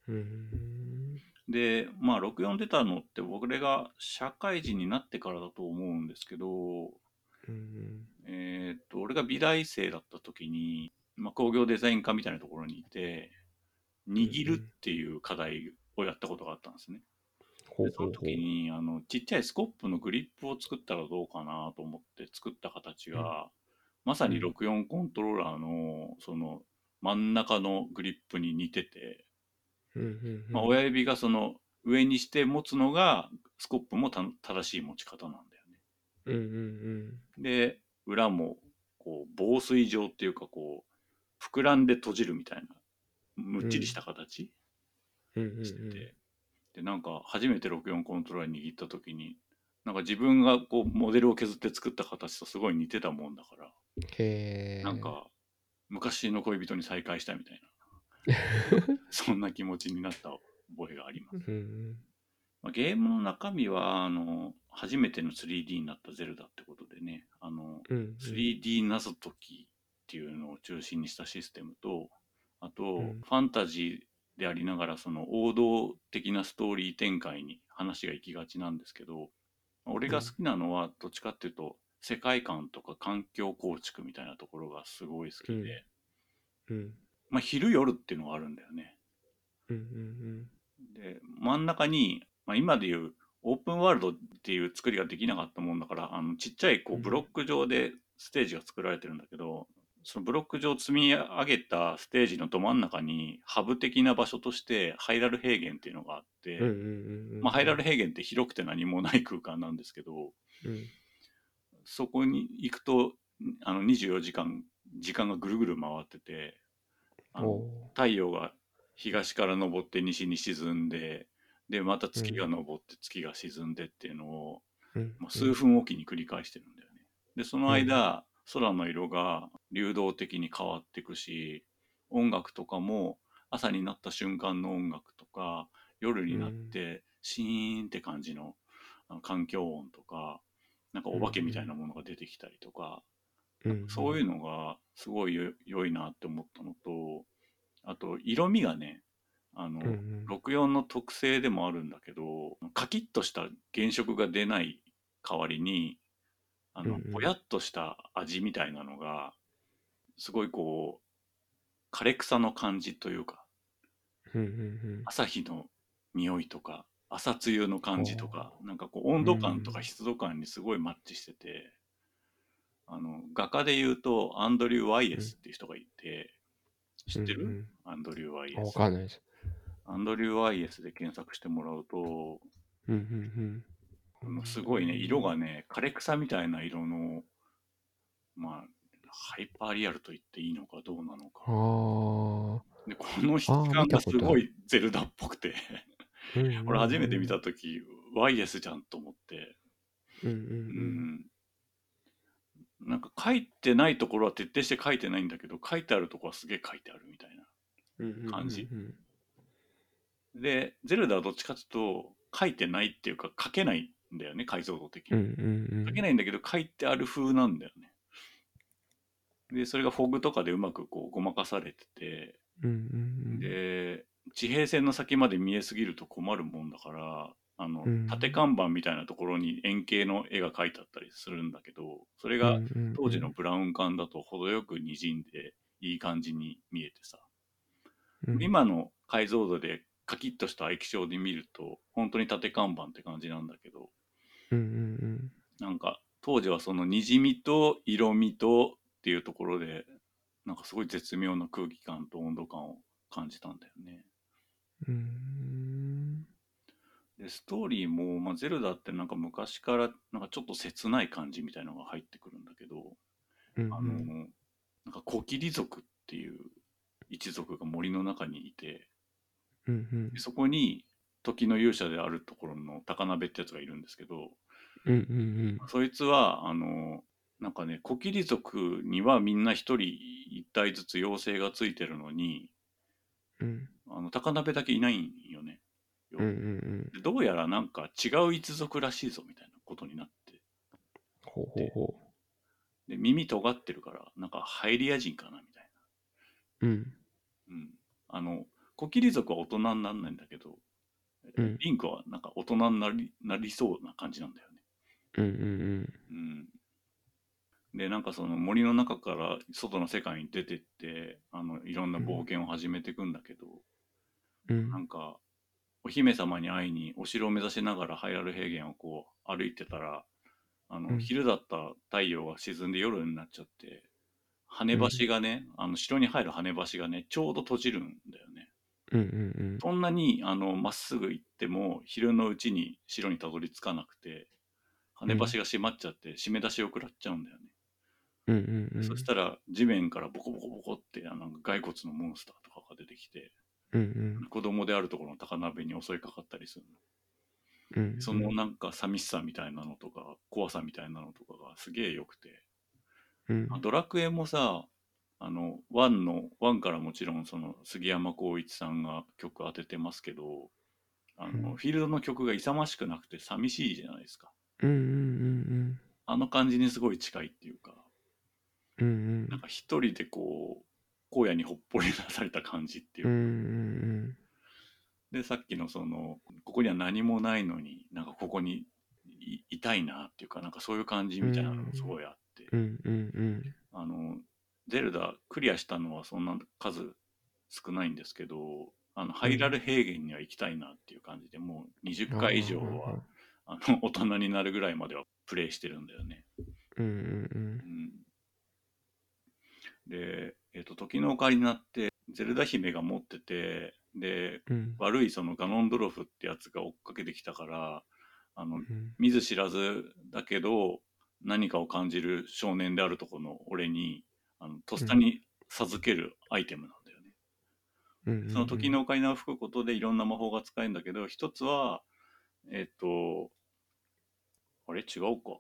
C: うんうん
B: で、まあ64出たのって僕らが社会人になってからだと思うんですけど、
C: うん
B: えーっと、俺が美大生だった時に、まあ工業デザイン科みたいなところにいて、握るっていう課題をやったことがあったんですね。
C: ほう
B: でそ
C: ほ
B: の
C: うほう
B: 時にあのちっちゃいスコップのグリップを作ったらどうかなと思って作った形が、
C: うん
B: まさに
C: うん
B: 64コントローラーのその真ん中のグリップに似てて、
C: うんうんうん
B: まあ、親指がその上にして持つのがスコップもた正しい持ち方なんだよ
C: うんうん
B: ね。で裏もこう防水状っていうかこう膨らんで閉じるみたいなむっちりした形、
C: うんうんうん
B: してて、でなんか初めて64コントローラー握った時になんか自分がこうモデルを削って作った形とすごい似てたもんだから、
C: へえ
B: なんか昔の恋人に再会したみ たいなそんな気持ちになった覚えがあります、
C: うんうん
B: まあ、ゲームの中身はあの初めての 3D になったゼルダってことでねあの
C: うん
B: 3D 謎解きっていうのを中心にしたシステムとあと、
C: ん
B: ファンタジーでありながらその王道的なストーリー展開に話が行きがちなんですけど俺が好きなのはどっちかっていうと世界観とか環境構築みたいなところがすごい好きで、
C: うんうん
B: まあ昼夜っていうのがあるんだよね。
C: うんうん
B: で真ん中に、まあ、今でいうオープンワールドっていう作りができなかったもんだからあのちっちゃいこう
C: うん
B: ブロック上でステージが作られてるんだけど、そのブロック上積み上げたステージのど真ん中にハブ的な場所としてハイラル平原っていうのがあって、
C: うんうんうんうん
B: まあ、ハイラル平原って広くて何もない空間なんですけど、
C: うん
B: そこに行くと、あの24時間、時間がぐるぐる回ってて、あの
C: お
B: 太陽が東から昇って西に沈んで、で、また月が昇って月が沈んでっていうのを、
C: ーうん
B: まあ、数分おきに繰り返してるんだよね。で、その間、空の色が流動的に変わっていくし、音楽とかも朝になった瞬間の音楽とか、夜になってシーンって感じのあの環境音とか、なんかお化けみたいなものが出てきたりとか、
C: うん
B: そういう
C: の。
B: のがすごいよ良いなって思ったのと、あと色味がね、あの、
C: うんうん
B: 64の特性でもあるんだけど、カキッとした原色が出ない代わりに、あの
C: うんうん、
B: ぼやっとした味みたいなのが、すごいこう、枯れ草の感じというか、
C: うんうん
B: 朝日の匂いとか、朝露の感じとか、なんかこう温度感とか湿度感にすごいマッチしてて、あの、画家で言うとアンドリュー・ワイエスっていう人がいて、知ってる、
C: うん
B: アンドリュー・ワイエ
C: うんあわ
B: ス。
C: かんないです。
B: アンドリュー・ワイエスで検索してもらうと、
C: うんうんうん
B: もうすごいね、色がね、枯れ草みたいな色の、まあ、ハイパーリアルと言っていいのかどうなの
C: ああ
B: か。。で、この質
C: あー
B: 感
C: 見た
B: が
C: こと
B: す
C: ある
B: ごいゼルダっぽくて、
C: うんうんうん
B: 俺初めて見た。とき、ワイエスじゃんと思って、
C: うんう
B: うんん。なんか書いてないところは徹底して書いてないんだけど、書いてあるところはすげえ書いてあるみたいな。
C: うん。
B: 感じ
C: うんうん
B: で、ゼルダはどっちかっていうと、書いてないっていうか、書けないんだよね、解像度的
C: うん。う
B: に。
C: んうんうん。
B: 書けないんだけど書いてある風なんだよね。で、それがフォグとかでうまくこうごまかされてて、
C: うんうんうん。
B: で、地平線の先まで見えすぎると困るもんだから、あの
C: うん、
B: 縦看板みたいなところに円形の絵が描いてあったりするんだけど、それが
C: うんうんうん
B: 当時のブラウン管だと程よく滲んでいい感じに見えてさ、
C: うん
B: 今の解像度でカキッとした液晶で見ると、本当に縦看板って感じなんだけど、
C: うんうん
B: なんか当時はそのにじみと色味とっていうところでなんかすごい絶妙な空気感と温度感を感じたんだよね。
C: うんうん
B: でストーリーも、まあ、ゼルダってなんか昔からなんかちょっと切ない感じみたいなのが入ってくるんだけど、
C: うん
B: あのなんかコキリ族っていう一族が森の中にいて
C: うんうん
B: でそこに時の勇者であるところの高鍋ってやつがいるんですけど、
C: うんうん
B: そいつは、あの、なんかね、コキリ族にはみんな一人一体ずつ妖精がついてるのに、
C: うん
B: あの、高鍋だけいないんよね。
C: うんうんうん
B: でどうやらなんか違う一族らしいぞみたいなことになって。
C: ほうほうほ
B: で、耳尖ってるから、なんかハイリア人かなみたいう
C: うん
B: な。うん。あの、コキリ族は大人にならないんだけど、
C: うん
B: リンクはなんか大人になりなりそうな感じなんだよね。
C: うんうん
B: うんでなんかその森の中から外の世界に出てってあのいろんな冒険を始めていくんだけど、
C: うんう
B: なんんかお姫様に会いにお城を目指しながらハイラル平原をこう歩いてたらあの、
C: うん
B: 昼だった太陽が沈んで夜になっちゃって羽橋がね、あの城に入る羽橋がねちょうど閉じるんだよね。
C: うんうん
B: そんなにあのまっすぐ行っても昼のうちに城にたどり着かなくて羽橋が閉まっちゃって締め出しを食らっちゃうんだよね。
C: うんうんうん
B: そしたら地面からボコボコボコってあの骸骨のモンスターとかが出てきて
C: うんうん
B: 子供であるところの高鍋に襲いかかったりする
C: うん
B: のそのなんか寂しさみたいなのとか怖さみたいなのとかがすげえ良くて
C: うん
B: あドラクエもさあの1の1からもちろんその杉山浩一さんが曲当ててますけどあ
C: う
B: の
C: ん
B: フィールドの曲が勇ましくなくて寂しいじゃないですか
C: うんうん
B: あの感じにすごい近いっていうか
C: うんうん
B: なんか一人でこう荒野にほっぽり出された感じっていう
C: う
B: か
C: んうん
B: でさっきのそのここには何もないのになんかここにいいたいなっていうかなんかそういう感じみたいなのもすごいあって、
C: うんうんうん
B: あのゼルダクリアしたのはそんな数少ないんですけどあのハイラル平原には行きたいなっていう感じでもう20回以上はあの 大人になるぐらいまではプレイしてるんだよね。
C: うんうん
B: うん、で、えっと時のおかりになってゼルダ姫が持っててで
C: うん
B: 悪いそのガノンドロフってやつが追っかけてきたからあ
C: う
B: の
C: ん
B: 見ず知らずだけど何かを感じる少年であるとこの俺にあのとっさに授けるアイテムなんだよね。
C: うんうんうん
B: その時のオカリナを吹くことでいろんな魔法が使えるんだけど、一つは、えっ、と、あれ違うか。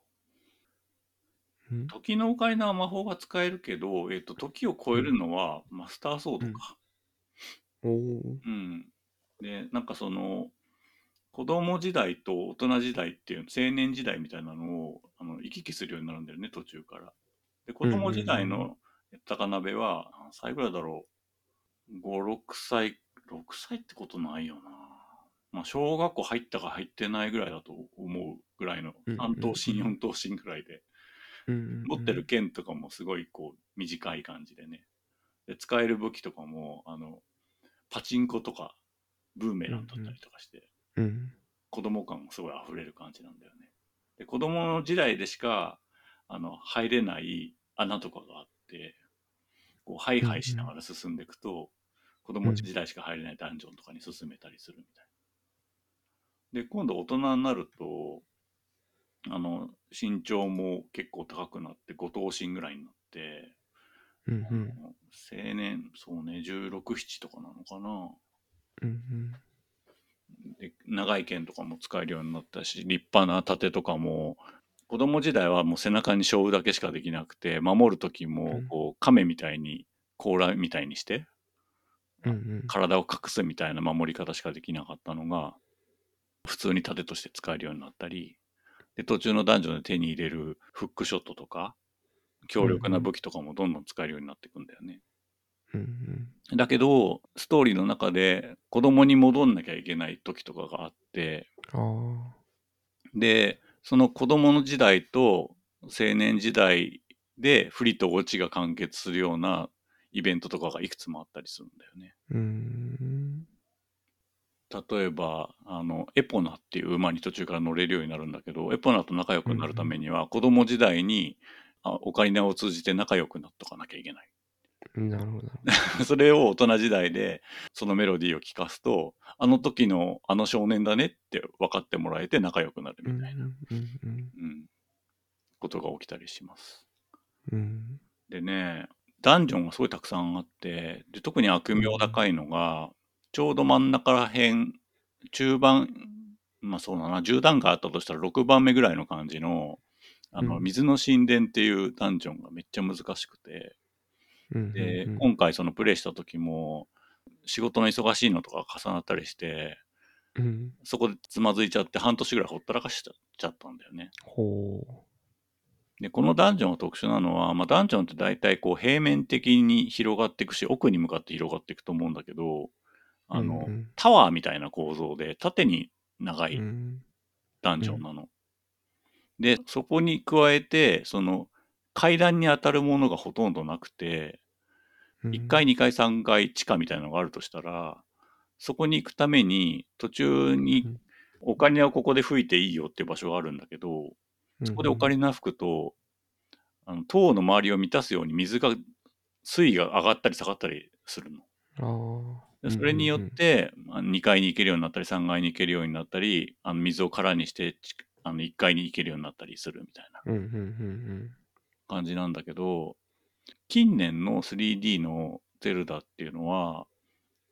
C: うん
B: 時のオカリナは魔法が使えるけど、えっ、と、時を超えるのはマスターソードか。
C: おお
B: うん。で、なんかその、子供時代と大人時代っていう、青年時代みたいなのをあの行き来するようになるんだよね、途中から。で、子供時代
C: うんう
B: の高鍋は、何歳ぐらいだろう。5、6歳、6歳ってことないよな。まあ、小学校入ったか入ってないぐらいだと思うぐらいの、
C: うんうん
B: 3等身、4等身ぐらいで。持ってる
C: け
B: 剣とかもすごいこう短い感じでねで使える武器とかもあのパチンコとかブーメランだったりとかして、
C: ど。うん
B: 子供感がすごい溢れる感じなんだよねで子供の時代でしかあの入れない穴とかがあってこうハイハイしながら進んでいくと、子供時代しか入れないダンジョンとかに進めたりするみたいな。で今度大人になるとあの身長も結構高くなって5等身ぐらいになって、
C: うんう
B: あの
C: ん
B: 青年そうね1617とかなのかな
C: うん
B: で長い剣とかも使えるようになったし立派な盾とかも子供時代はもう背中に背負うだけしかできなくて守る時も
C: うん
B: こう亀みたいに甲羅みたいにして
C: うんうん
B: 体を隠すみたいな守り方しかできなかったのが普通に盾として使えるようになったりで途中のダンジョンで手に入れるフックショットとか強力な武器とかもどんどん使えるようになっていくんだよね。
C: うん
B: だけど、ストーリーの中で子供に戻んなきゃいけない時とかがあって、
C: うん。あ
B: で、その子供の時代と青年時代で不利と落ちが完結するようなイベントとかがいくつもあったりするんだよね。
C: あ。うん。
B: 例えば、あの、エポナっていう馬に途中から乗れるようになるんだけど、エポナと仲良くなるためには子供時代に、あオカリナを通じて仲良くなっとかなきゃいけ ない。
C: なるほど。
B: それを大人時代でそのメロディーを聴かすとあの時のあの少年だねって分かってもらえて仲良くなる
C: うん
B: みたいな、
C: うん
B: うんことが起きたりします。
C: うん
B: でねダンジョンがすごいたくさんあってで特に悪名高いのがちょうど真ん中らへん中盤まあそうだな10段階あったとしたら6番目ぐらいの感じのあの、
C: うん
B: 水の神殿っていうダンジョンがめっちゃ難しくて、
C: うん。
B: で、
C: うん
B: 今回そのプレイした時も仕事の忙しいのとか重なったりして
C: うん。
B: そこでつまずいちゃって半年ぐらいほったらかしちゃったんだよね。
C: ほ
B: でこのダンジョンが特殊なのは、まあ、ダンジョンって大体こう平面的に広がっていくし奥に向かって広がっていくと思うんだけど
C: う。
B: あの、
C: うん
B: タワーみたいな構造で縦に長
C: う
B: い
C: ん。
B: ダンジョンなの。でそこに加えてその階段に当たるものがほとんどなくて
C: うん
B: 1階、。2階、3階、地下みたいなのがあるとしたら、そこに行くために、途中に
C: うん
B: オカリナをここで吹いていいよっていう場所があるんだけど、そこでオカリナ吹くと、あの塔の周りを満たすように水が、水位が上がったり下がったりするの。
C: ああ。
B: でそれによって、まあ2階に行けるようになったり、3階に行けるようになったり、あの水を空にして、ちあの1階に行けるようになったりするみたいな
C: うんうんうん
B: 感じなんだけど、近年の 3D のゼルダっていうのは、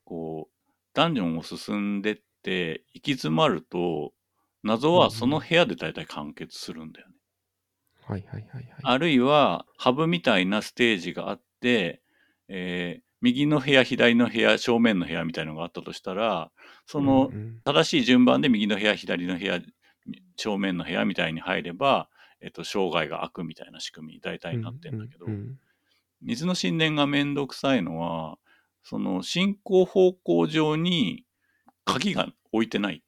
B: こう、ダンジョンを進んでって、行き詰まると、謎はその部屋で大体完結するんだよね。
C: うん。はいはいはいはい。
B: あるいは、ハブみたいなステージがあって、えー右の部屋、左の部屋、正面の部屋みたいのがあったとしたら、その
C: うんうん
B: 正しい順番で右の部屋、左の部屋、正面の部屋みたいに入れば、えっと、生涯が開くみたいな仕組みに大体なってんだけど、
C: うんうん
B: 水の神殿がめんどくさいのは、その進行方向上に鍵が置いてない。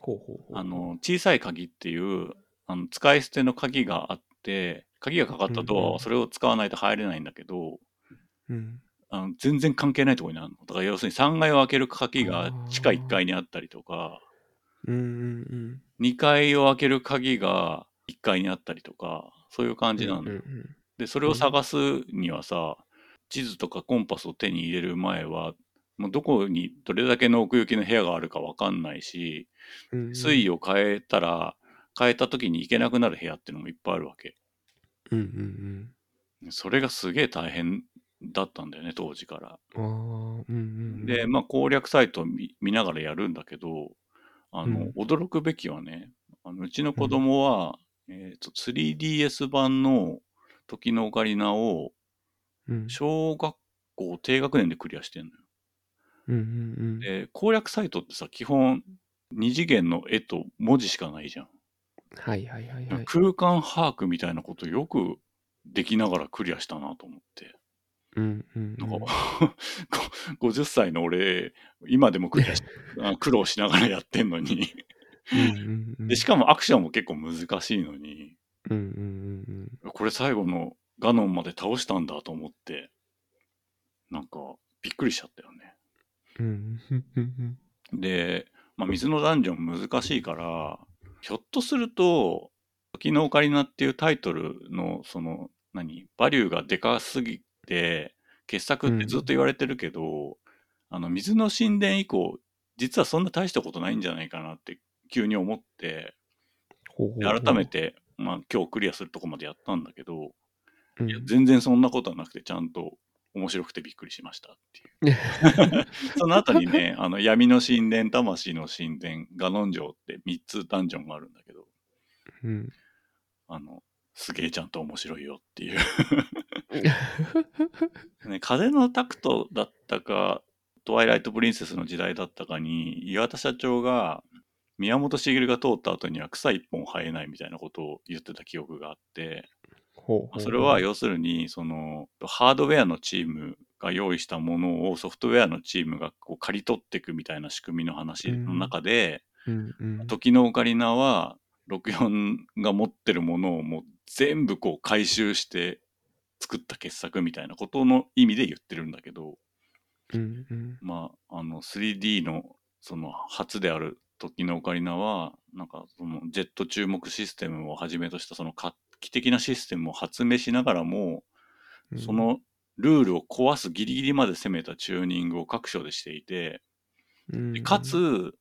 C: ほうほうほう。
B: あの、小さい鍵っていう、あの使い捨ての鍵があって、鍵がかかったドアはそれを使わないと入れないんだけど、
C: うん。
B: あの全然関係ないところにあるの。だから要するに3階を開ける鍵が地下1階にあったりとか、
C: うんうん
B: 2階を開ける鍵が1階にあったりとか、そういう
C: う
B: 感
C: ん。
B: じなの。
C: うんうん
B: で、それを探すにはさ、地図とかコンパスを手に入れる前は、もうどこにどれだけの奥行きの部屋があるかわかんないし、
C: うんうん。
B: 水位を変えたら変えた時に行けなくなる部屋っていうのもいっぱいあるわけ。
C: うんうん
B: それがすげえ大変だったんだよね、当時から。
C: うん。ああ、うんうんうん。
B: で、まあ、攻略サイトを見見ながらやるんだけど、あの、
C: うん
B: 驚くべきはね、あのうちの子供は、えーと 3DS 版の時のオカリナを
C: うん、
B: 小学校低学年でクリアしてんのよ。
C: うんうんうん。
B: で、攻略サイトってさ、基本二次元の絵と文字しかないじゃん。
C: はいはいはいはい。
B: 空間把握みたいなことよくできながらクリアしたなと思って。
C: うんうんう
B: なん
C: ん。
B: か、 ご50歳の俺、今でも苦労 しあ苦労しながらやってんのに。
C: うんうんうん
B: で、しかもアクションも結構難しいのに、
C: うんうんうんうん。
B: これ最後のガノンまで倒したんだと思って、なんかびっくりしちゃったよね。
C: うんうんうん
B: で、まあ、水のダンジョン難しいから、ひょっとすると、時のオカリナっていうタイトルの、その、何、バリューがでかすぎて、傑作ってずっと言われてるけど、あの、水の神殿以降、実はそんな大したことないんじゃないかなって、急に思って、
C: ほうほう
B: で
C: ほう
B: 改め、て、まあ、今日クリアするとこまでやったんだけど、
C: うん
B: いや、全然そんなことはなくて、ちゃんと面白くてびっくりしましたっていう。 その後にね、 あの闇の神殿、魂の神殿、ガノン城って3つダンジョンがあるんだけど、
C: うん、
B: あの、すげえちゃんと面白いよっていう。ね、風のタクトだったか、トワイライト・プリンセスの時代だったかに、岩田社長が、宮本茂が通った後には草一本生えないみたいなことを言ってた記憶があって、
C: ほうほうほう
B: それは、要するにそのハードウェアのチームが用意したものをソフトウェアのチームがこう刈り取っていくみたいな仕組みの話の中で、
C: うんうん、
B: 時のオカリナは64が持ってるものをもう全部こう回収して作った傑作みたいなことの意味で言ってるんだけど、
C: うんうん
B: まあ、あの 3D のその初である時のオカリナはなんかそのジェット注目システムをはじめとしたその画期的なシステムを発明しながらも
C: うん、
B: そのルールを壊すギリギリまで攻めたチューニングを各所でしていて、
C: うん、
B: でかつ、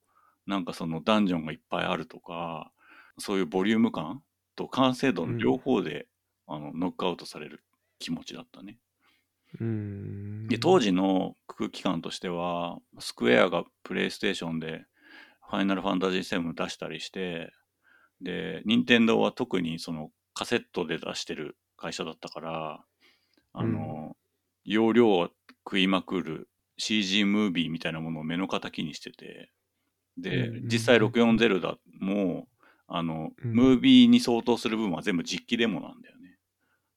B: なんかそのダンジョンがいっぱいあるとか、そういうボリューム感と完成度の両方で、あのノックアウトされる気持ちだったね。
C: うん、
B: で、当時の空気感としては、スクエアがプレイステーションで、ファイナルファンタジー7出したりして、で、任天堂は特にそのカセットで出してる会社だったから、あの、容量を食いまくる CG ムービーみたいなものを目の敵にしてて、で
C: うんうんう、ん
B: 実際64ゼルダも、あの、
C: うん
B: ムービーに相当する部分は全部実機デモなんだよね。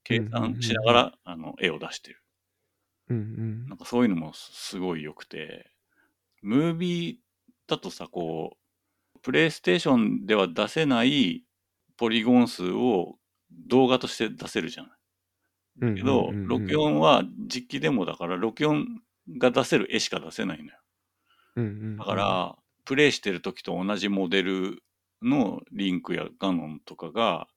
B: 計算しながら、あの、絵を出して
C: う
B: る。
C: んうん
B: なんかそういうのもすすごい良くて、ムービーだとさ、こう、プレイステーションでは出せないポリゴン数を動画として出せるじゃない。
C: うん、
B: けど、
C: うんうんうん、
B: 64は実機デモだから、64が出せる絵しか出せないのよ。
C: うんうんうん、
B: だから、プレイしてる時と同じモデルのリンクやガノンとかが、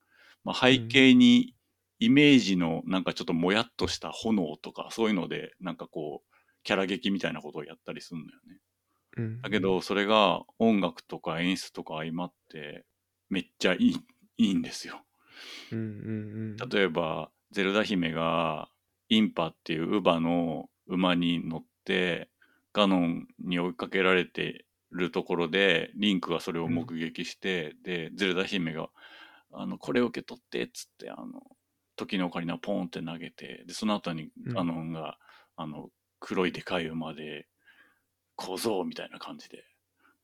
B: まあ、背景にイメージのなんかちょっともやっとした炎とか、そういうので、なんかこう、キャラ劇みたいなことをやったりするんだよね。
C: うんうん、
B: だけど、それが音楽とか演出とか相まって、めっちゃいい、いいんですよ。
C: うんうんうん、
B: 例えば、ゼルダ姫がインパっていうウバの馬に乗って、ガノンに追いかけられてるところで、リンクがそれを目撃して、で、ゼルダ姫が、あの、これを受け取って、っつって、あの、時のオカリナをポンって投げて、で、その後に
C: うん
B: ガノンが、あの、黒いでかい馬で、小僧みたいな感じで、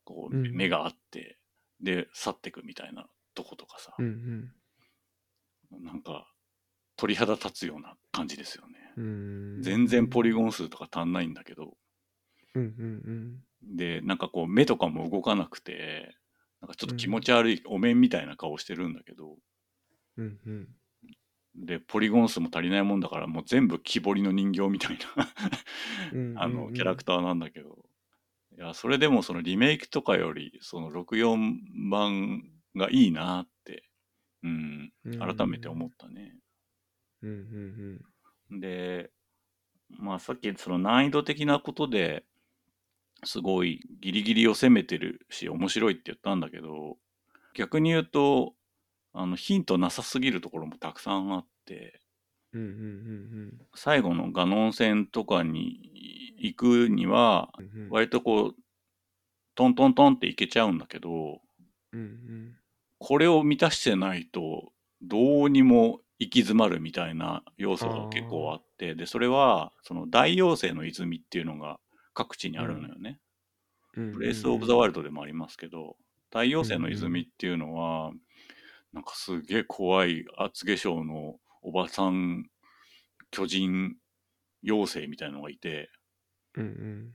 B: こう、
C: うん
B: 目があって、で、去ってくみたいなとことかさ、
C: うんうん
B: なんか鳥肌立つような感じですよね。
C: うん、
B: 全然ポリゴン数とか足んないんだけど、
C: うんうん
B: で、なんかこう目とかも動かなくて、なんかちょっと気持ち悪いお面みたいな顔してるんだけど、
C: うんうんうん
B: で、ポリゴン数も足りないもんだから、もう全部木彫りの人形みたいな
C: うんうん
B: あのキャラクターなんだけど、いや、それでもそのリメイクとかより、その64版がいいなって、うん、改めて思ったね。
C: うんうん
B: で、まあさっきその難易度的なことですごいギリギリを攻めてるし面白いって言ったんだけど、逆に言うとあのヒントなさすぎるところもたくさんあって
A: うんうんうん
B: 最後のガノン戦とかに行くには
A: うんうん
B: 割とこうトントントンっていけちゃうんだけど
A: うんうん
B: これを満たしてないとどうにも行き詰まるみたいな要素が結構あってでそれはその大妖精の泉っていうのが各地にあるのよね。
A: うんうん
B: ブレイス・オブ・ザ・ワイルドでもありますけど、太陽星の泉っていうのは、なんかすげえ怖い厚化粧のおばさん、巨人妖精みたいのがいて、
A: うんうん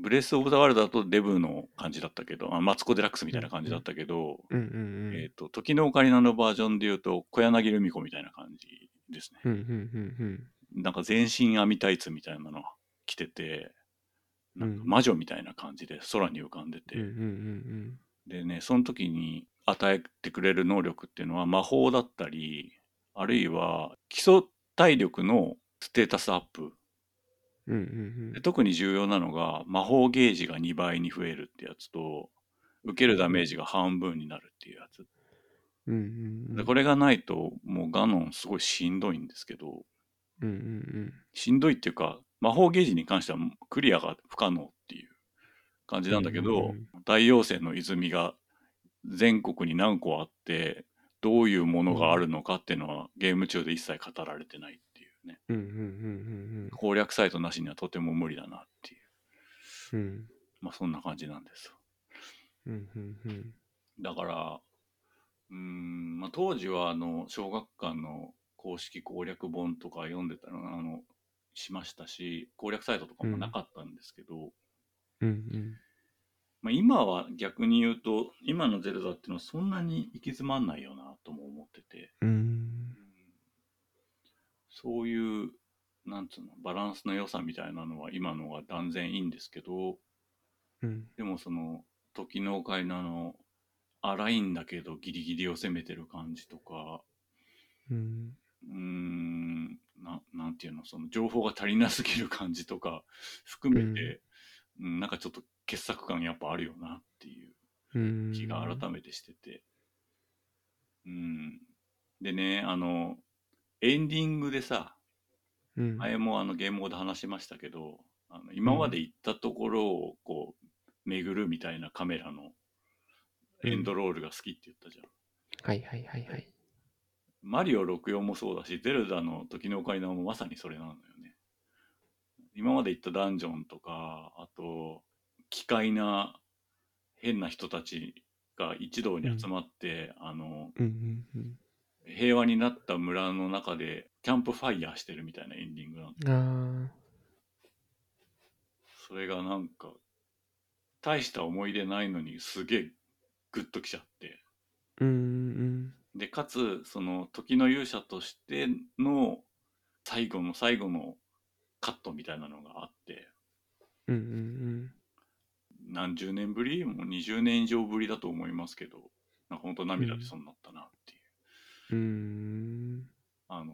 B: ブレイス・オブ・ザ・ワイルドだとデブの感じだったけど、あマツコ・デラックスみたいな感じだったけど、
A: うんうんうん
B: えっ、と、時のオカリナのバージョンで言うと、小柳ルミ子みたいな感じですね。
A: うんうんうんうん
B: なんか全身網タイツみたいなの着てて、なんか魔女みたいな感じで空に浮かんでて、
A: うんうん
B: でねその時に与えてくれる能力っていうのは魔法だったりあるいは基礎体力のステータスアップ
A: うんうんうん
B: で特に重要なのが魔法ゲージが2倍に増えるってやつと受けるダメージが半分になるっていうやつ
A: うんうん
B: でこれがないともうガノンすごいしんどいんですけど
A: うんうん
B: しんどいっていうか魔法ゲージに関してはクリアが不可能っていう感じなんだけど、
A: うん
B: 大妖精の泉が全国に何個あってどういうものがあるのかっていうのは、ゲーム中で一切語られてないっていうね
A: うんうんうん
B: 攻略サイトなしにはとても無理だなっていう
A: うんうん
B: まあそんな感じなんですよ
A: うんうんうん
B: だからうーん、まあ、当時はあの小学館の公式攻略本とか読んでたのあのしましたし攻略サイトとかもなかったんですけど、
A: うん
B: まあ、今は逆に言うと今のゼルダっていうのはそんなに行き詰まんないよなとも思ってて、
A: うんうん
B: そういうなんつうのバランスの良さみたいなのは今のが断然いいんですけど
A: うん
B: でもその時のオカリナの荒いんだけどギリギリを攻めてる感じとか
A: うん
B: うーんななんていうのその情報が足りなすぎる感じとか含めて、うん、なんかちょっと傑作感やっぱあるよなっていう
A: うん
B: 気が改めてしてて。うん。でね、あの、エンディングでさ、
A: うん
B: 前もあのゲーム語で話しましたけど、あの今まで行ったところをこう、巡るみたいなカメラのエンドロールが好きって言ったじゃん。
A: はいはいはいはい
B: マリオ64もそうだし、ゼルダの時のオカリナもまさにそれなのよね。今まで行ったダンジョンとか、あと、奇怪な変な人たちが一堂に集まって、あの、
A: うんうん
B: 平和になった村の中でキャンプファイヤーしてるみたいなエンディングなの
A: うんあ
B: それがなんか大した思い出ないのにすげえグッときちゃって
A: ーうん
B: でかつその時の勇者としての最後の最後のカットみたいなのがあって
A: うんうんうん
B: 何十年ぶりもう20年以上ぶりだと思いますけどなんか本当涙でそうになったなってい
A: う
B: う、
A: んうん
B: あの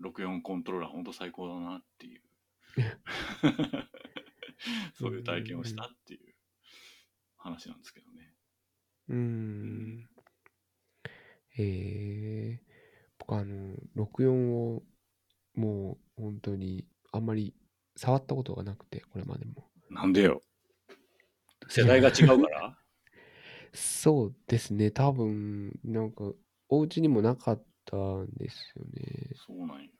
B: 64コントローラー本当最高だなっ ていうそういう体験をしたっていう話なんですけどね。
A: うーん。ええ僕あの、64をもう本当にあんまり触ったことがなくて、これまでも。
B: なんでよ世代が違うから
A: そうですね、多分、なんか、お家にもなかったんですよね。
B: そうなんよ。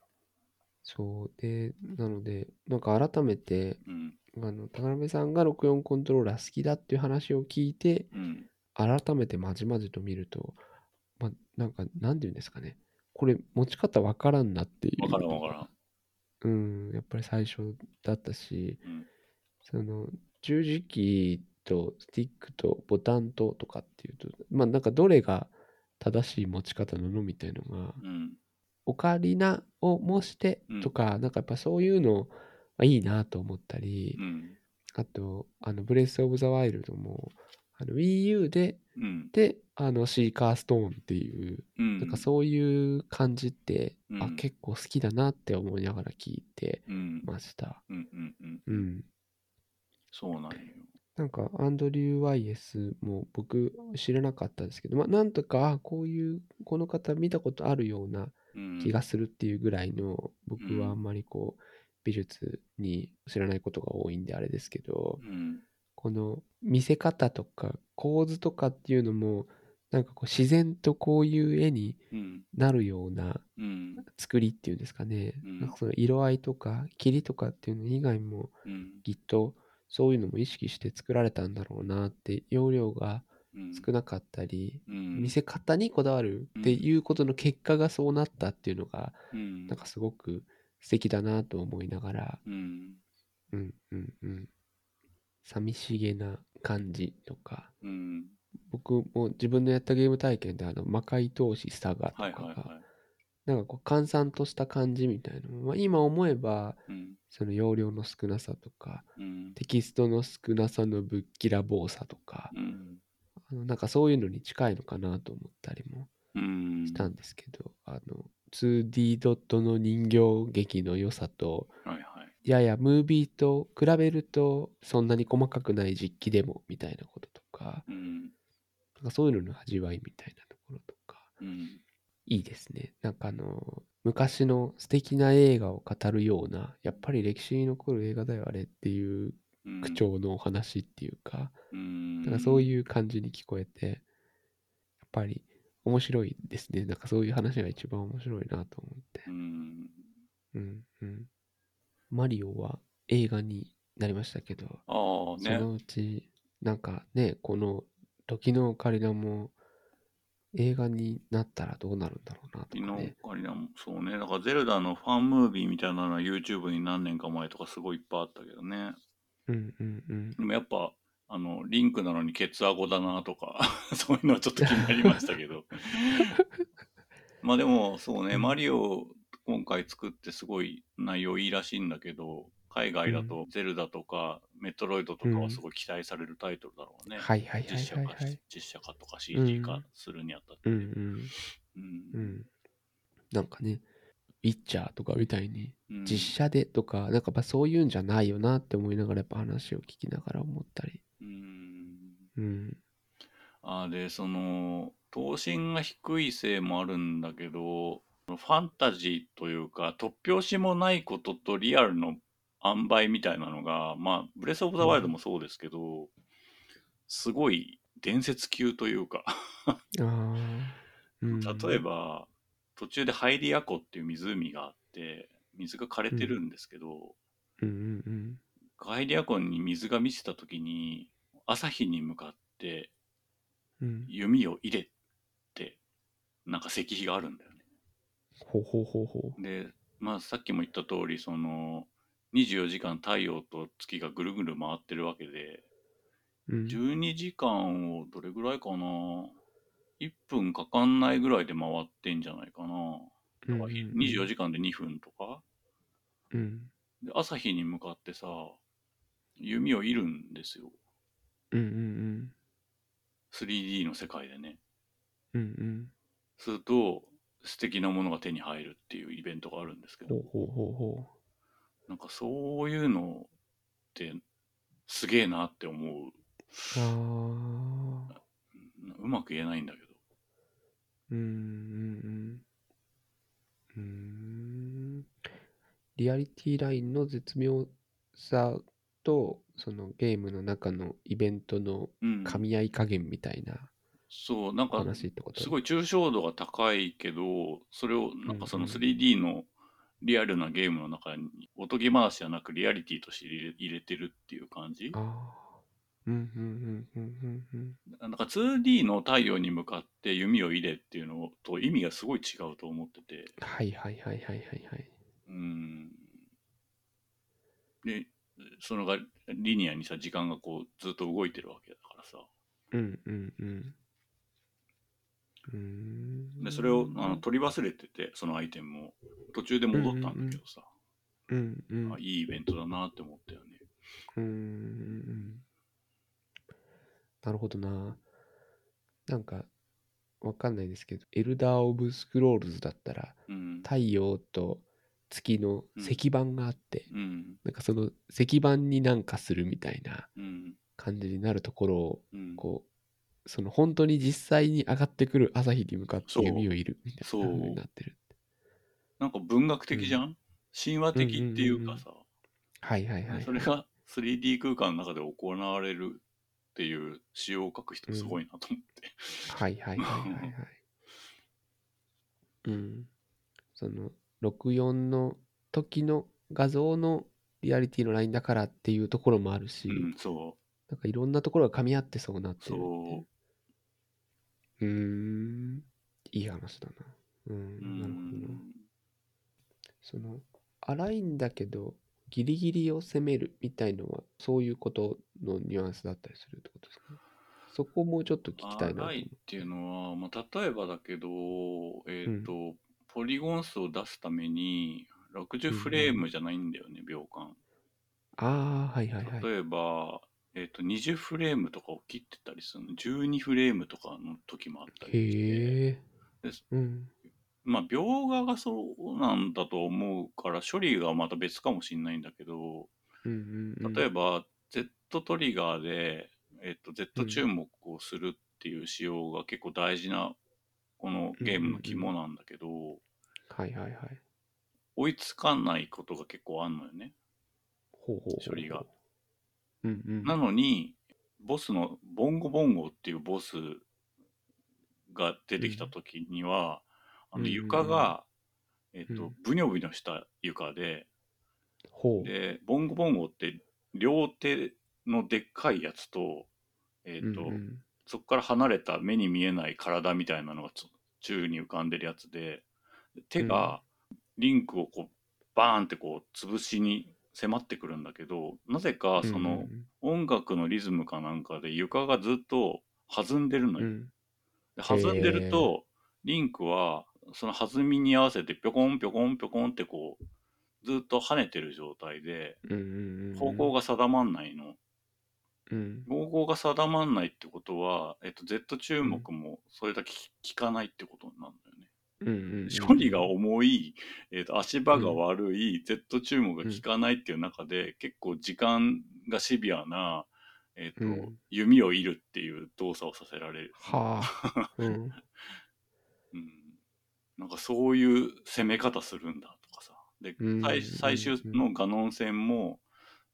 A: そう。で、なので、なんか改めて、
B: うん。
A: あの、田辺さんが64コントローラー好きだっていう話を聞いて、
B: うん。
A: 改めてまじまじと見ると、まあ、なんか、なんて言うんですかね。これ、持ち方わからんなっていう。
B: わからんわからん。
A: うん、やっぱり最初だったし、
B: うん
A: その、十字キーとスティックとボタンととかっていうと、まあ、なんかどれが正しい持ち方なのみたいのが、
B: うん。
A: オカリナを模してとか、なんかやっぱそういうのがいいなと思ったり、
B: うん。
A: あと、あの、ブレス・オブ・ザ・ワイルドも、あの Wii U で
B: うん。
A: であのシーカーストーンっていう、
B: うん。
A: なんかそういう感じって、
B: う
A: あ
B: ん
A: 結構好きだなって思いながら聞いて
B: うん。
A: ました。
B: うん。うん。うん。
A: うん。
B: そうなんよ。
A: なんか、アンドリュー・ワイエスも僕知らなかったですけど、まあ、なんとか、あこういう、この方見たことあるような
B: うん
A: 気がするっていうぐらいの、僕
B: うん
A: はあんまりこう、美術に知らないことが多いんであれですけど、
B: うん
A: この見せ方とか構図とかっていうのも、なんかこう、自然とこういう絵に
B: うん
A: なるような
B: うん
A: 作りっていうんですかね、
B: うん
A: なんかその色合いとか霧とかっていうの以外も
B: うん
A: きっとそういうのも意識して作られたんだろうなって容量が
B: うん
A: 少なかったり、
B: うん
A: 見せ方にこだわるっていうことの結果がそうなったっていうのが
B: うん
A: なんかすごく素敵だなと思いながら
B: うん
A: うんうんうん寂しげな感じとか
B: うん
A: 僕も自分のやったゲーム体験であの魔界闘士サガとかが、
B: はいはいは
A: なんかこう閑散とした感じみたいなの、まあ、今思えば
B: いうん
A: その容量の少なさとか
B: うん
A: テキストの少なさのぶっきらぼうさとか
B: うん
A: あのなんかそういうのに近いのかなと思ったりも
B: うん
A: したんですけど、あの 2D ドットの人形劇の良さと
B: はいはい
A: ややムービーと比べるとそんなに細かくない実機でもみたいなこととか
B: うん
A: なんかそういうのの味わいみたいなところとか
B: うん
A: いいですね。なんかあの、昔の素敵な映画を語るような、やっぱり歴史に残る映画だよあれっていう
B: うん
A: 口調のお話っていうか、
B: うん
A: なんかそういう感じに聞こえて、やっぱり面白いですね。なんかそういう話が一番面白いなと思って
B: う。ん
A: うんうん。マリオは映画になりましたけど、
B: ああ
A: そ
B: ね
A: のうち、なんかね、この時のオカリナも映画になったらどうなるんだろうなと
B: 昨
A: かね
B: 日。オカリナもそうねだからゼルダのファンムービーみたいなのは YouTube に何年か前とかすごいいっぱいあったけどね
A: うんうんうん。
B: でもやっぱあのリンクなのにケツアゴだなとか そういうのはちょっと気になりました けどまあでもそうねマリオ今回作ってすごい内容いいらしいんだけど海外だとゼルダとかメトロイドとかはすごい期待されるタイトルだろうね、
A: はいはいはい
B: 実写
A: はい、
B: 化
A: はい。
B: 実写化とか CG
A: う
B: 化
A: ん
B: するにあたって、
A: うんうん
B: う
A: うんん。なんかね、ウィッチャーとかみたいに
B: うん
A: 実写でとか、なんかまあそういうんじゃないよなって思いながらやっぱ話を聞きながら思ったり。
B: うん
A: うん。
B: あでその等身が低いせいもあるんだけどファンタジーというか突拍子もないこととリアルの塩梅みたいなのがまあ「ブレス・オブ・ザ・ワイルド」もそうですけど、すごい伝説級というか
A: ああ。うん、
B: 例え。ば途中でハイリア湖っていう湖があって水が枯れてるんですけど、
A: うんうんうん。
B: ハイリア湖に水が満ちた時に朝日に向かって
A: うん、
B: 弓を入れってなんか石碑があるんだよね。
A: ほうほうほうほ
B: で、まあ、さっきも言った通りその24時間太陽と月がぐるぐる回ってるわけで
A: う。うん、
B: 12時間をどれぐらいかな1分かかんないぐらいで回ってんじゃないかなだから
A: うんうんうん
B: 24時間で2分とか
A: うん。
B: で朝日に向かってさ弓を射るんですよ
A: うんうん
B: 3D の世界でね
A: うん。うんうん。
B: すると素敵なものが手に入るっていうイベントがあるんですけど
A: ほうほうほうほ
B: なんかそういうのってすげえなって思う
A: う。ああ。
B: うんうまく言えないんだけど。
A: うんうんうん。うーん。リアリティラインの絶妙さと、そのゲームの中のイベントの
B: うん、
A: 噛み合い加減みたいな
B: そう、なんか、
A: 話ってこと
B: すごい抽象度が高いけど、それを、なんかその
A: うんうん
B: 3D のリアルなゲームの中に、おとぎ話じゃなくリアリティとして入れ入れてるっていう感じ
A: あ。あ。うんうんうんうんうん
B: なんか 2D の太陽に向かって弓を入れっていうのと意味がすごい違うと思ってて、
A: うん。はいはいはいはいはいはい。
B: うん。で、そのがリニアにさ、時間がこう、ずっと動いてるわけだからさ。
A: うんうんうん。うーん。
B: でそれをあの取り忘れててそのアイテムを途中で戻ったんだけどさ、
A: うんうん。
B: あいいイベントだなって思ったよね
A: うーん。なるほどな。なんか、わかんないですけど、エルダー・オブ・スクロールズだったら、
B: うん
A: 太陽と月の石板があって、
B: うん
A: なんかその石板になんかするみたいな
B: うん
A: 感じになるところを、
B: うん、
A: こう、その本当に実際に上がってくる朝日に向かって
B: そう
A: 弓を射るみたいな風になってる。
B: なんか文学的じゃん、神話的っていうかさ、
A: はいはいはい。
B: それが 3D 空間の中で行われるっていう詩を書く人すごいなと思って。
A: はいはいはいはいはい。うん。その、64の時の画像のリアリティのラインだからっていうところもあるし、
B: うん、そ
A: なんかいろんなところが噛み合ってそうなっ
B: う、
A: てるってい。
B: そう
A: うーん。いい話だな。う。
B: う。うん。
A: なるほどなんその、荒いんだけど、ギリギリを攻めるみたいのは、そういうことのニュアンスだったりするってことですかね。そこをもうちょっと聞きたいなと思う。
B: RI っていうのは、まあ、例えばだけど、えっ、と、ポリゴン数を出すために、60フレームじゃないんだよね、秒間。
A: ああ、はいはいはい。
B: 例えば、えっと20フレームとかを切ってたりするの12フレームとかの時もあったりして
A: へえ
B: です。
A: うん。
B: まあ描画がそうなんだと思うから処理がまた別かもしれないんだけど
A: うんうんうん、
B: 例えば Z トリガーで、えっと Z 注目をするっていう仕様が結構大事なこのゲームの肝なんだけど、
A: はいはいはい。
B: 追いつかないことが結構あんのよね。
A: ほうほうほうほう
B: 処理が。
A: うんうん。
B: なのに、ボスのボンゴボンゴっていうボスが出てきた時には、
A: うん
B: あ
A: う
B: の
A: んうんうん
B: 床が、えっ
A: う
B: と
A: ん、
B: ブニョブニョした床で、
A: ほう。
B: で、ボンゴボンゴって両手のでっかいやつと、えっと、
A: うんうん
B: そこから離れた目に見えない体みたいなのがつ宙に浮かんでるやつで、手がリンクをこう、バーンってこう、潰しに迫ってくるんだけど、なぜかその、音楽のリズムかなんかで床がずっと弾んでるの
A: うんう
B: よ。
A: ん
B: で弾んでると、リンクはその弾みに合わせてぴょこんぴょこんぴょこんってこうずっと跳ねてる状態で
A: うんうんうん、
B: 方向
A: が、
B: が定まんないの。
A: うん、
B: 方向が定まんないってことは、えっと、Z 注目もそれだけ効かないってことになるんだよね。
A: うんうんうん
B: 処理が重い、えー、と足場が悪い、Z 注目が効かないっていう中で、結構時間がシビアな、えーと
A: うん
B: 弓を射るっていう動作をさせられる、
A: はあ、うん、
B: うん、なんかそういう攻め方するんだとかさで
A: うん
B: 最最終のガノン戦も、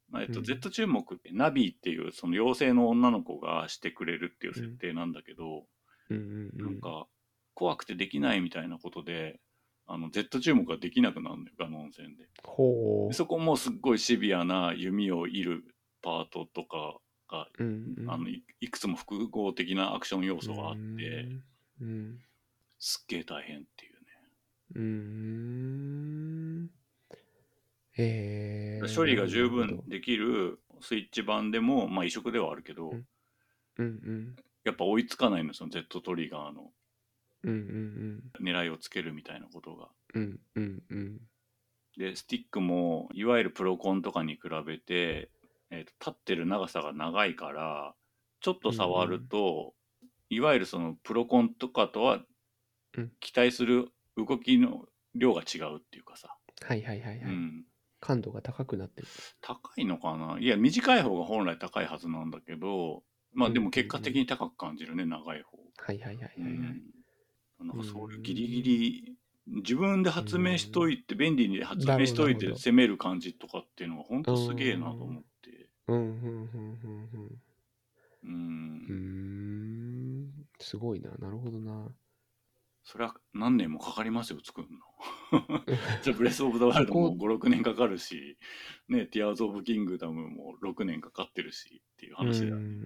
B: まあえっと
A: うん
B: Z 注目ってナビっていうその妖精の女の子がしてくれるっていう設定なんだけど、
A: うんうんう
B: なんか、怖くてできないみたいなことで、あの、Z 注目ができなくなるのよ、ガノン戦で。
A: ほ
B: で
A: う、
B: そこもすっごいシビアな弓を射るパートとかが、
A: うんうん、
B: あのい、いくつも複合的なアクション要素があって、、
A: うん
B: すっげえ大変っていうね。
A: うん、うん、へえ
B: 処理が
A: な
B: 十
A: る
B: 分
A: ほど
B: できるスイッチ版でも、まあ、移植ではあるけど、
A: うんうん
B: やっぱ追いつかないのよ、その Z トリガーの
A: うん、うんうん
B: 狙いをつけるみたいなことが。
A: うん、うんうんうん、
B: でスティックもいわゆるプロコンとかに比べて、えーと立ってる長さが長いからちょっと触ると、いわゆるそのプロコンとかとは
A: うん
B: 期待する動きの量が違うっていうかさ、
A: はいはいはいはい、
B: うん、
A: 感度が高くなってる。
B: 高いのかないや短い方が本来高いはずなんだけどまあでも結果的に高く感じるね、長い方
A: はいはいはいはい、
B: う
A: はい
B: んなんかそういうギリギリ、自分で発明しといて、便利に発明しと
A: なるほどな
B: い
A: る
B: て
A: ほど
B: 攻める感じとかっていうのが本当すげえなと思って。
A: うんうんうんうんうん。
B: う
A: うー
B: ん。
A: んすごいな、なるほどな。
B: それは何年もかかりますよ、作るの。 じゃあ、ブレス・オブ・ザ・ワールドも
A: そ
B: 5、6年かかるし、ね、ティアーズ・オブ・キングダムも6年かかってるしっていう話だよ
A: う
B: ね。
A: ん。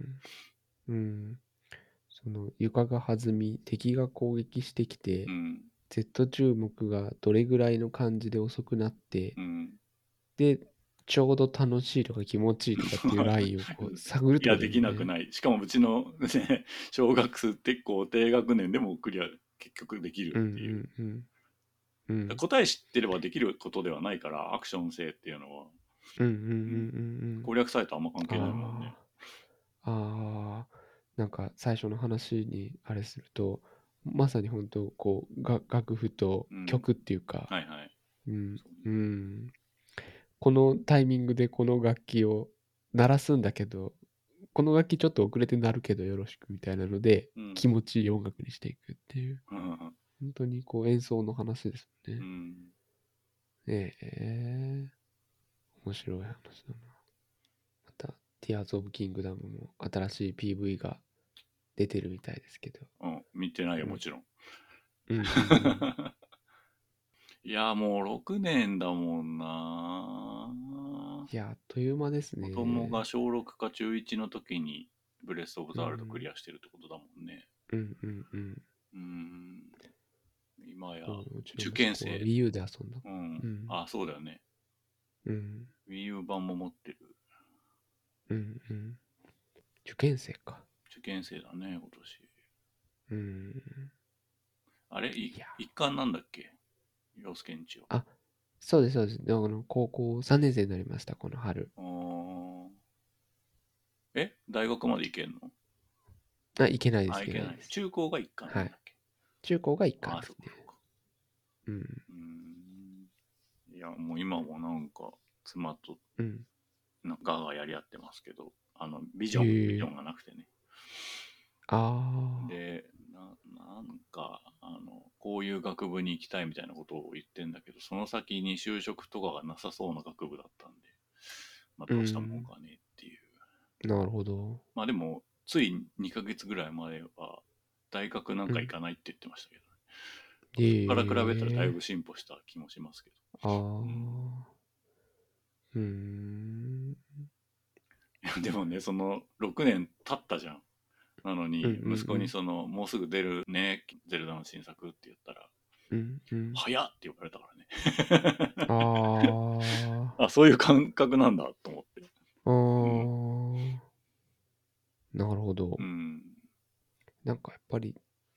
A: うんその床が弾み、敵が攻撃してきて、
B: うん。
A: Z 注目がどれぐらいの感じで遅くなって、
B: うん。
A: で、ちょうど楽しいとか気持ちいいとかっていうラインをこう探るっ
B: い
A: て
B: や、
A: こと
B: で
A: だよね
B: きなくない。しかも、うちの、ね、 小学生ってこう低学年でもクリア、結局できる
A: うん
B: っていう。
A: うんうん。うん
B: 答え知ってればできることではないからアクション性っていうのは
A: うんうんうんうんうん。
B: 攻略サイトあんま関係ないもんね。
A: あーあーなんか最初の話にあれするとまさに本当こうが楽譜と
B: うん
A: 曲っていうか、
B: はいはい。
A: うん
B: そう
A: うんこのタイミングでこの楽器を鳴らすんだけどこの楽器ちょっと遅れてなるけどよろしくみたいなので、
B: うん
A: 気持ちいい音楽にしていくっていう、
B: うん
A: 本当にこう演奏の話ですね。
B: うん
A: ええ面白い話だな。また、Tears of Kingdom も新しい PV が出てるみたいですけど。
B: うん、見てないよ、
A: うん
B: もちろん。
A: うん。
B: いや、もう6年だもんな。
A: いや、あっという間ですね。
B: 子供が小6か中1の時に、ブレス・オブ・ザ・ワールドクリアしてるってことだもんね。
A: うんうんうん。
B: うん。今や、
A: そううちの息子
B: 受験生
A: は Wii U で遊んだ。
B: うん。
A: うん
B: あ、そうだよね。
A: うん。
B: Wii U 版も持ってる。
A: うんうん。受験生か。
B: 受験生だね、今年。
A: うん。
B: あれい
A: いや
B: 一貫なんだっけ洋介んちは。
A: あ、そうです、そうです。あの高校3年生になりました、この春。
B: あーえ大学まで行けんの
A: あ、いけないです、
B: あ、
A: い
B: 行
A: け
B: け
A: な
B: ないい
A: で。す。
B: 中高が一貫なんだっけ、
A: 中高が一
B: あ
A: 貫
B: あ、
A: です
B: そうか
A: ね
B: そう。か。
A: うん。
B: うーん。いや、もう今もなんか、妻と
A: うん。
B: なんかガーガーやり合ってますけど、あの、ビジョン、
A: へえ
B: ビジョンがなくてね。
A: ああ。
B: で、ななんか、あの、こういう学部に行きたいみたいなことを言ってんだけど、その先に就職とかがなさそうな学部だったんで、まあ、どうしたもんかねっていう。
A: なるほど。
B: まあでも、つい2ヶ月ぐらい前は、大学なんか行かないって言ってましたけど、
A: ええ
B: そこから比べたらだいぶ進歩した気もしますけど。
A: ああ。うーん。
B: いやでもね、その6年経ったじゃん。なのに、
A: うんうんうん
B: 息子にその、もうすぐ出るね、ゼルダの新作って言ったら、
A: うんうん。
B: 早っって言われたからね。
A: ああ。
B: あ、そういう感覚なんだと思って。
A: あーなるほど。
B: うん。
A: なんかやっぱり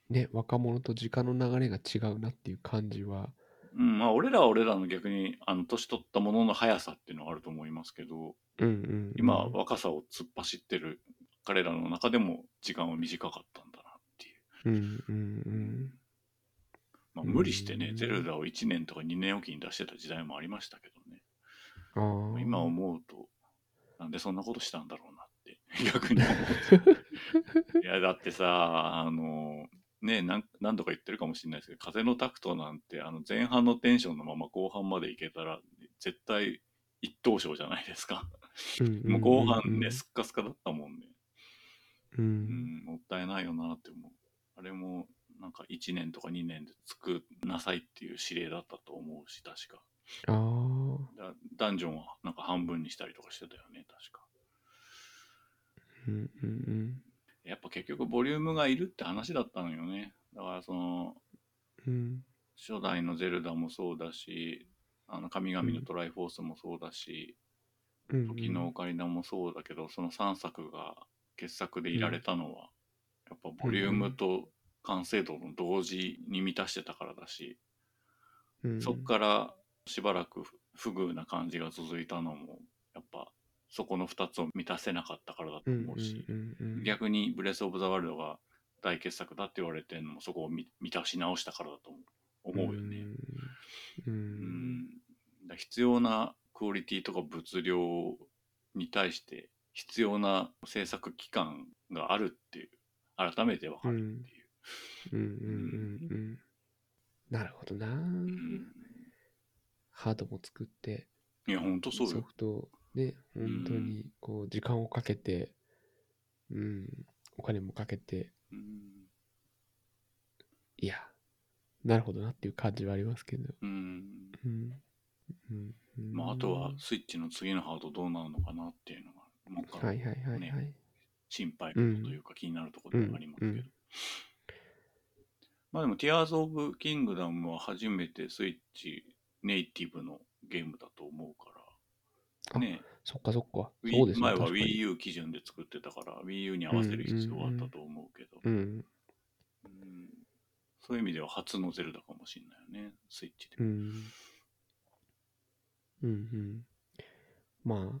A: ね、若者と時間の流れが違うなっていう感じは。
B: うん、まあ、俺らは俺らの逆に、あの、年取ったものの速さっていうのはあると思いますけど、
A: うんうん。
B: 今、若さを突っ走ってる彼らの中でも時間は短かったんだなっていう。
A: うんうんうん。
B: まあ、無理してね、
A: うん
B: ゼルダを1年とか2年おきに出してた時代もありましたけどね。
A: ああ。
B: 今思うと、なんでそんなことしたんだろうな って、逆に思う。いや、だってさ、あの、ねなん、何度か言ってるかもしれないですけど、風のタクトなんて、あの、前半のテンションのまま後半までいけたら、絶対一等賞じゃないですか。
A: うんうんうんうん
B: もう後半ね、すっかすかだったもんね。
A: う。
B: うんん、もったいないよなって思う。あれも、なんか1年とか2年で作んなさいっていう指令だったと思うし、確か。
A: ああ。
B: だダンジョンはなんか半分にしたりとかしてたよね、確か。
A: うんうんうん
B: やっぱ結局ボリュームがいるって話だったのよね。だからその
A: うん。
B: 初代のゼルダもそうだし、あの神々のトライフォースもそうだし、
A: うん。
B: 時のオカリナもそうだけど、その3作が傑作でいられたのは、やっぱボリュームと完成度の同時に満たしてたからだし、
A: うん
B: そっからしばらく不遇な感じが続いたのも、やっぱそこの2つを満たせなかったからだ
A: う
B: と
A: ん
B: 思うし、
A: うんうんうん
B: 逆に「ブレス・オブ・ザ・ワールド」が大傑作だって言われてるのもそこを見満たし直したからだと思う思うよね。。
A: うん。う
B: うんんだ必要なクオリティとか物量に対して必要な制作期間があるっていう改めて分かるっていう。
A: うんうんうんうん。なるほどな。
B: うん
A: ハードも作って、
B: いや本当そう
A: ソ
B: よ。
A: フトをね、本当にこう、時間をかけて、うん、お金もかけて、
B: うん
A: いや、なるほどなっていう感じはありますけど。
B: うん
A: うん。うんうん
B: まあ、あとはスイッチの次のハードどうなるのかなっていうのが、なんか
A: はいはいはいは
B: ね
A: い。
B: 心配事というか気になるところではありますけど。
A: うんうん
B: まあでも、Tears of Kingdom は初めてスイッチネイティブのゲームだと思うから、
A: あ
B: ね、
A: そっかそっか。
B: Wii-
A: そうですね。
B: 前は
A: 確かに
B: Wii U 基準で作ってたから、Wii U に合わせる必要はあったと思うけど、
A: うん。
B: うんそういう意味では初のゼルダかもしれないよね、スイッチで
A: う。ん。うんうん。まあ、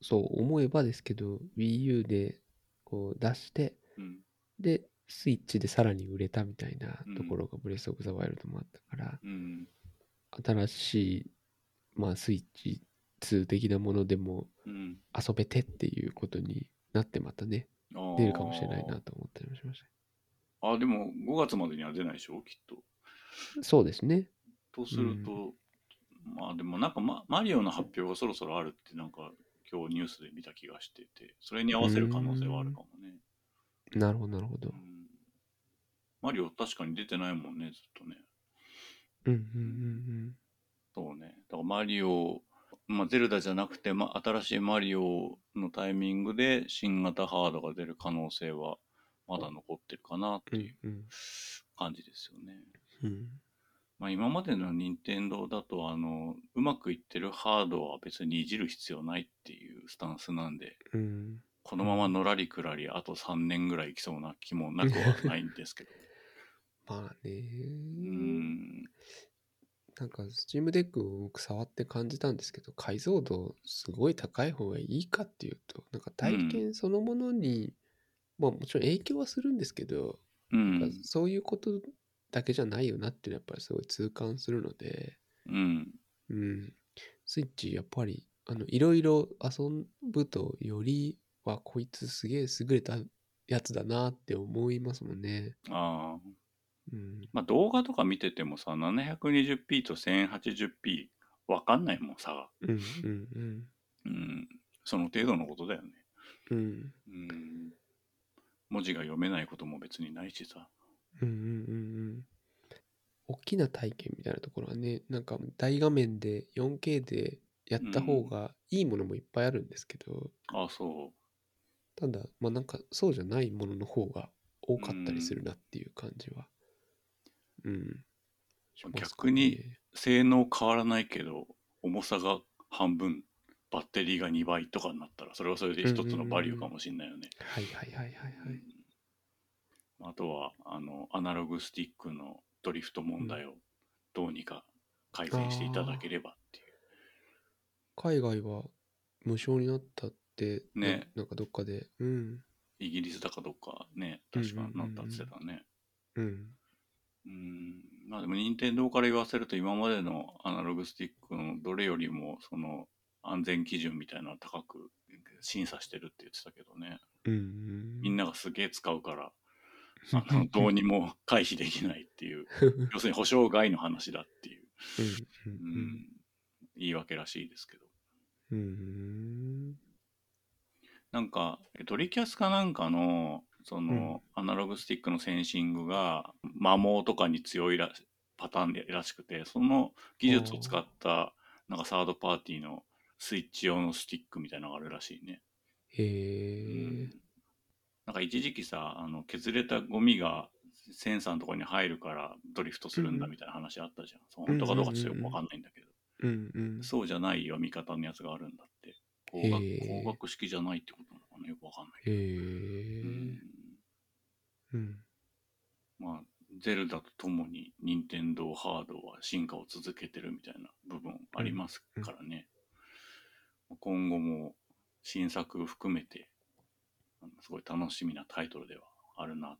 A: そう思えばですけど、Wii U でこう出して、
B: うん
A: で、スイッチでさらに売れたみたいなところがブレス・オブ・ザ・ワイルドもあったから、
B: うん
A: 新しい、まあ、スイッチ2的なものでも
B: うん
A: 遊べてっていうことになってまたね、出るかもしれないなと思ったりもしまし
B: あーあ、でも5月までには出ないでしょ、きっと。
A: た。そうですね。
B: とすると、まあでもなんかママリオの発表がそろそろあるってなんか今日ニュースで見た気がしてて、それに合わせる可能性はあるかもね。
A: なるほど、なるほ
B: う
A: ど
B: ん。マリオ確かに出てないもんね、ずっとね。
A: うんうん
B: そうね。だからマリオ、まあ、ゼルダじゃなくて、まあ、新しいマリオのタイミングで新型ハードが出る可能性はまだ残ってるかなって
A: うんうん。う
B: いうん
A: うん
B: 感じですよね。
A: うん。
B: まあ、今までの任天堂だとあのうまくいってるハードは別にいじる必要ないっていうスタンスなんで
A: うん。
B: このままのらりくらりあと3年ぐらいいきそうな気もなくはないんですけど
A: まあね。
B: うーん
A: なんか、スチームデックを僕触って感じたんですけど、解像度すごい高い方がいいかっていうと、なんか体験そのものに、まあもちろん影響はするんですけど、
B: う
A: なん
B: ん
A: かそういうことだけじゃないよなっていうのはやっぱりすごい痛感するので、
B: うん
A: うん、スイッチやっぱりあのいろいろ遊ぶとよりはこいつすげえ優れたやつだなって思いますもんね。
B: ああ
A: うん、
B: まあ動画とか見ててもさ 720p と 1080p わかんないもん差が、
A: うん、うん、
B: うん、その程度のことだよね、
A: うん、うん、
B: うん、文字が読めないことも別にないしさ
A: うん、うん、うん。大きな体験みたいなところはね、なんか大画面で 4K でやった方がいいものもいっぱいあるんですけど、
B: ああそう
A: ただ、まあなんかそうじゃないものの方が多かったりするなっていう感じは。うん。しますかね
B: 逆に性能変わらないけど重さが半分バッテリーが2倍とかになったらそれはそれで一つのバリューかもしれないよね。
A: はいはいはいはいはい。
B: あとはあのアナログスティックのドリフト問題をどうにか改善していただければってい
A: 海外は無償になったって、
B: ね
A: ななんかどっかで、うん、
B: う、イギリスだかどっかね確かなったって言ってたね。
A: うん、
B: うんまあでも任天堂から言わせると今までのアナログスティックのどれよりもその安全基準みたいなのは高く審査してるって言ってたけどね。
A: うんうん、
B: みん
A: な、
B: ながすげえ使う から、あの、どうにも回避できないって いう、要するに保証外の話だっていう、
A: う
B: うんん、言い訳らしいですけど。
A: うん、うん、
B: なんか、ドリキャスかなんかの、その、アナログスティックのセンシングが、摩耗とかに強いらパターンでらしくて、その技術を使った、なんかサードパーティーのスイッチ用のスティックみたいなのがあるらしいね。
A: へ
B: う
A: え
B: ん、なんか一時期さあの削れたゴミがセンサーのところに入るからドリフトするん
A: う
B: だ
A: んうん
B: みたいな話あったじゃん、そう本当かどうかちょっとよくわかんないんだけど、
A: うん、うん、
B: そうじゃない読み方のやつがあるんだって
A: へ
B: 光学
A: ー
B: 光学式じゃないってことなのかなよくわかんな
A: へ
B: いけど、
A: え
B: うん
A: うん、
B: まあゼルダとともに任天堂ハードは進化を続けてるみたいな部分ありますからね、今後も新作含めてあのすごい楽しみなタイトルではあるな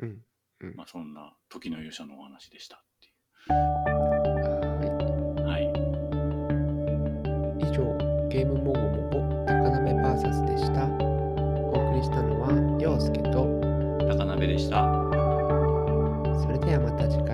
B: という
A: うん、
B: まあ、そんな時の勇者のお話でしたってい
A: は
B: う。はい。
A: い、以上、ゲームもごもご、高鍋バーサスでした。お送りしたのは、陽介と、
B: 高鍋でした。
A: それではまた次回。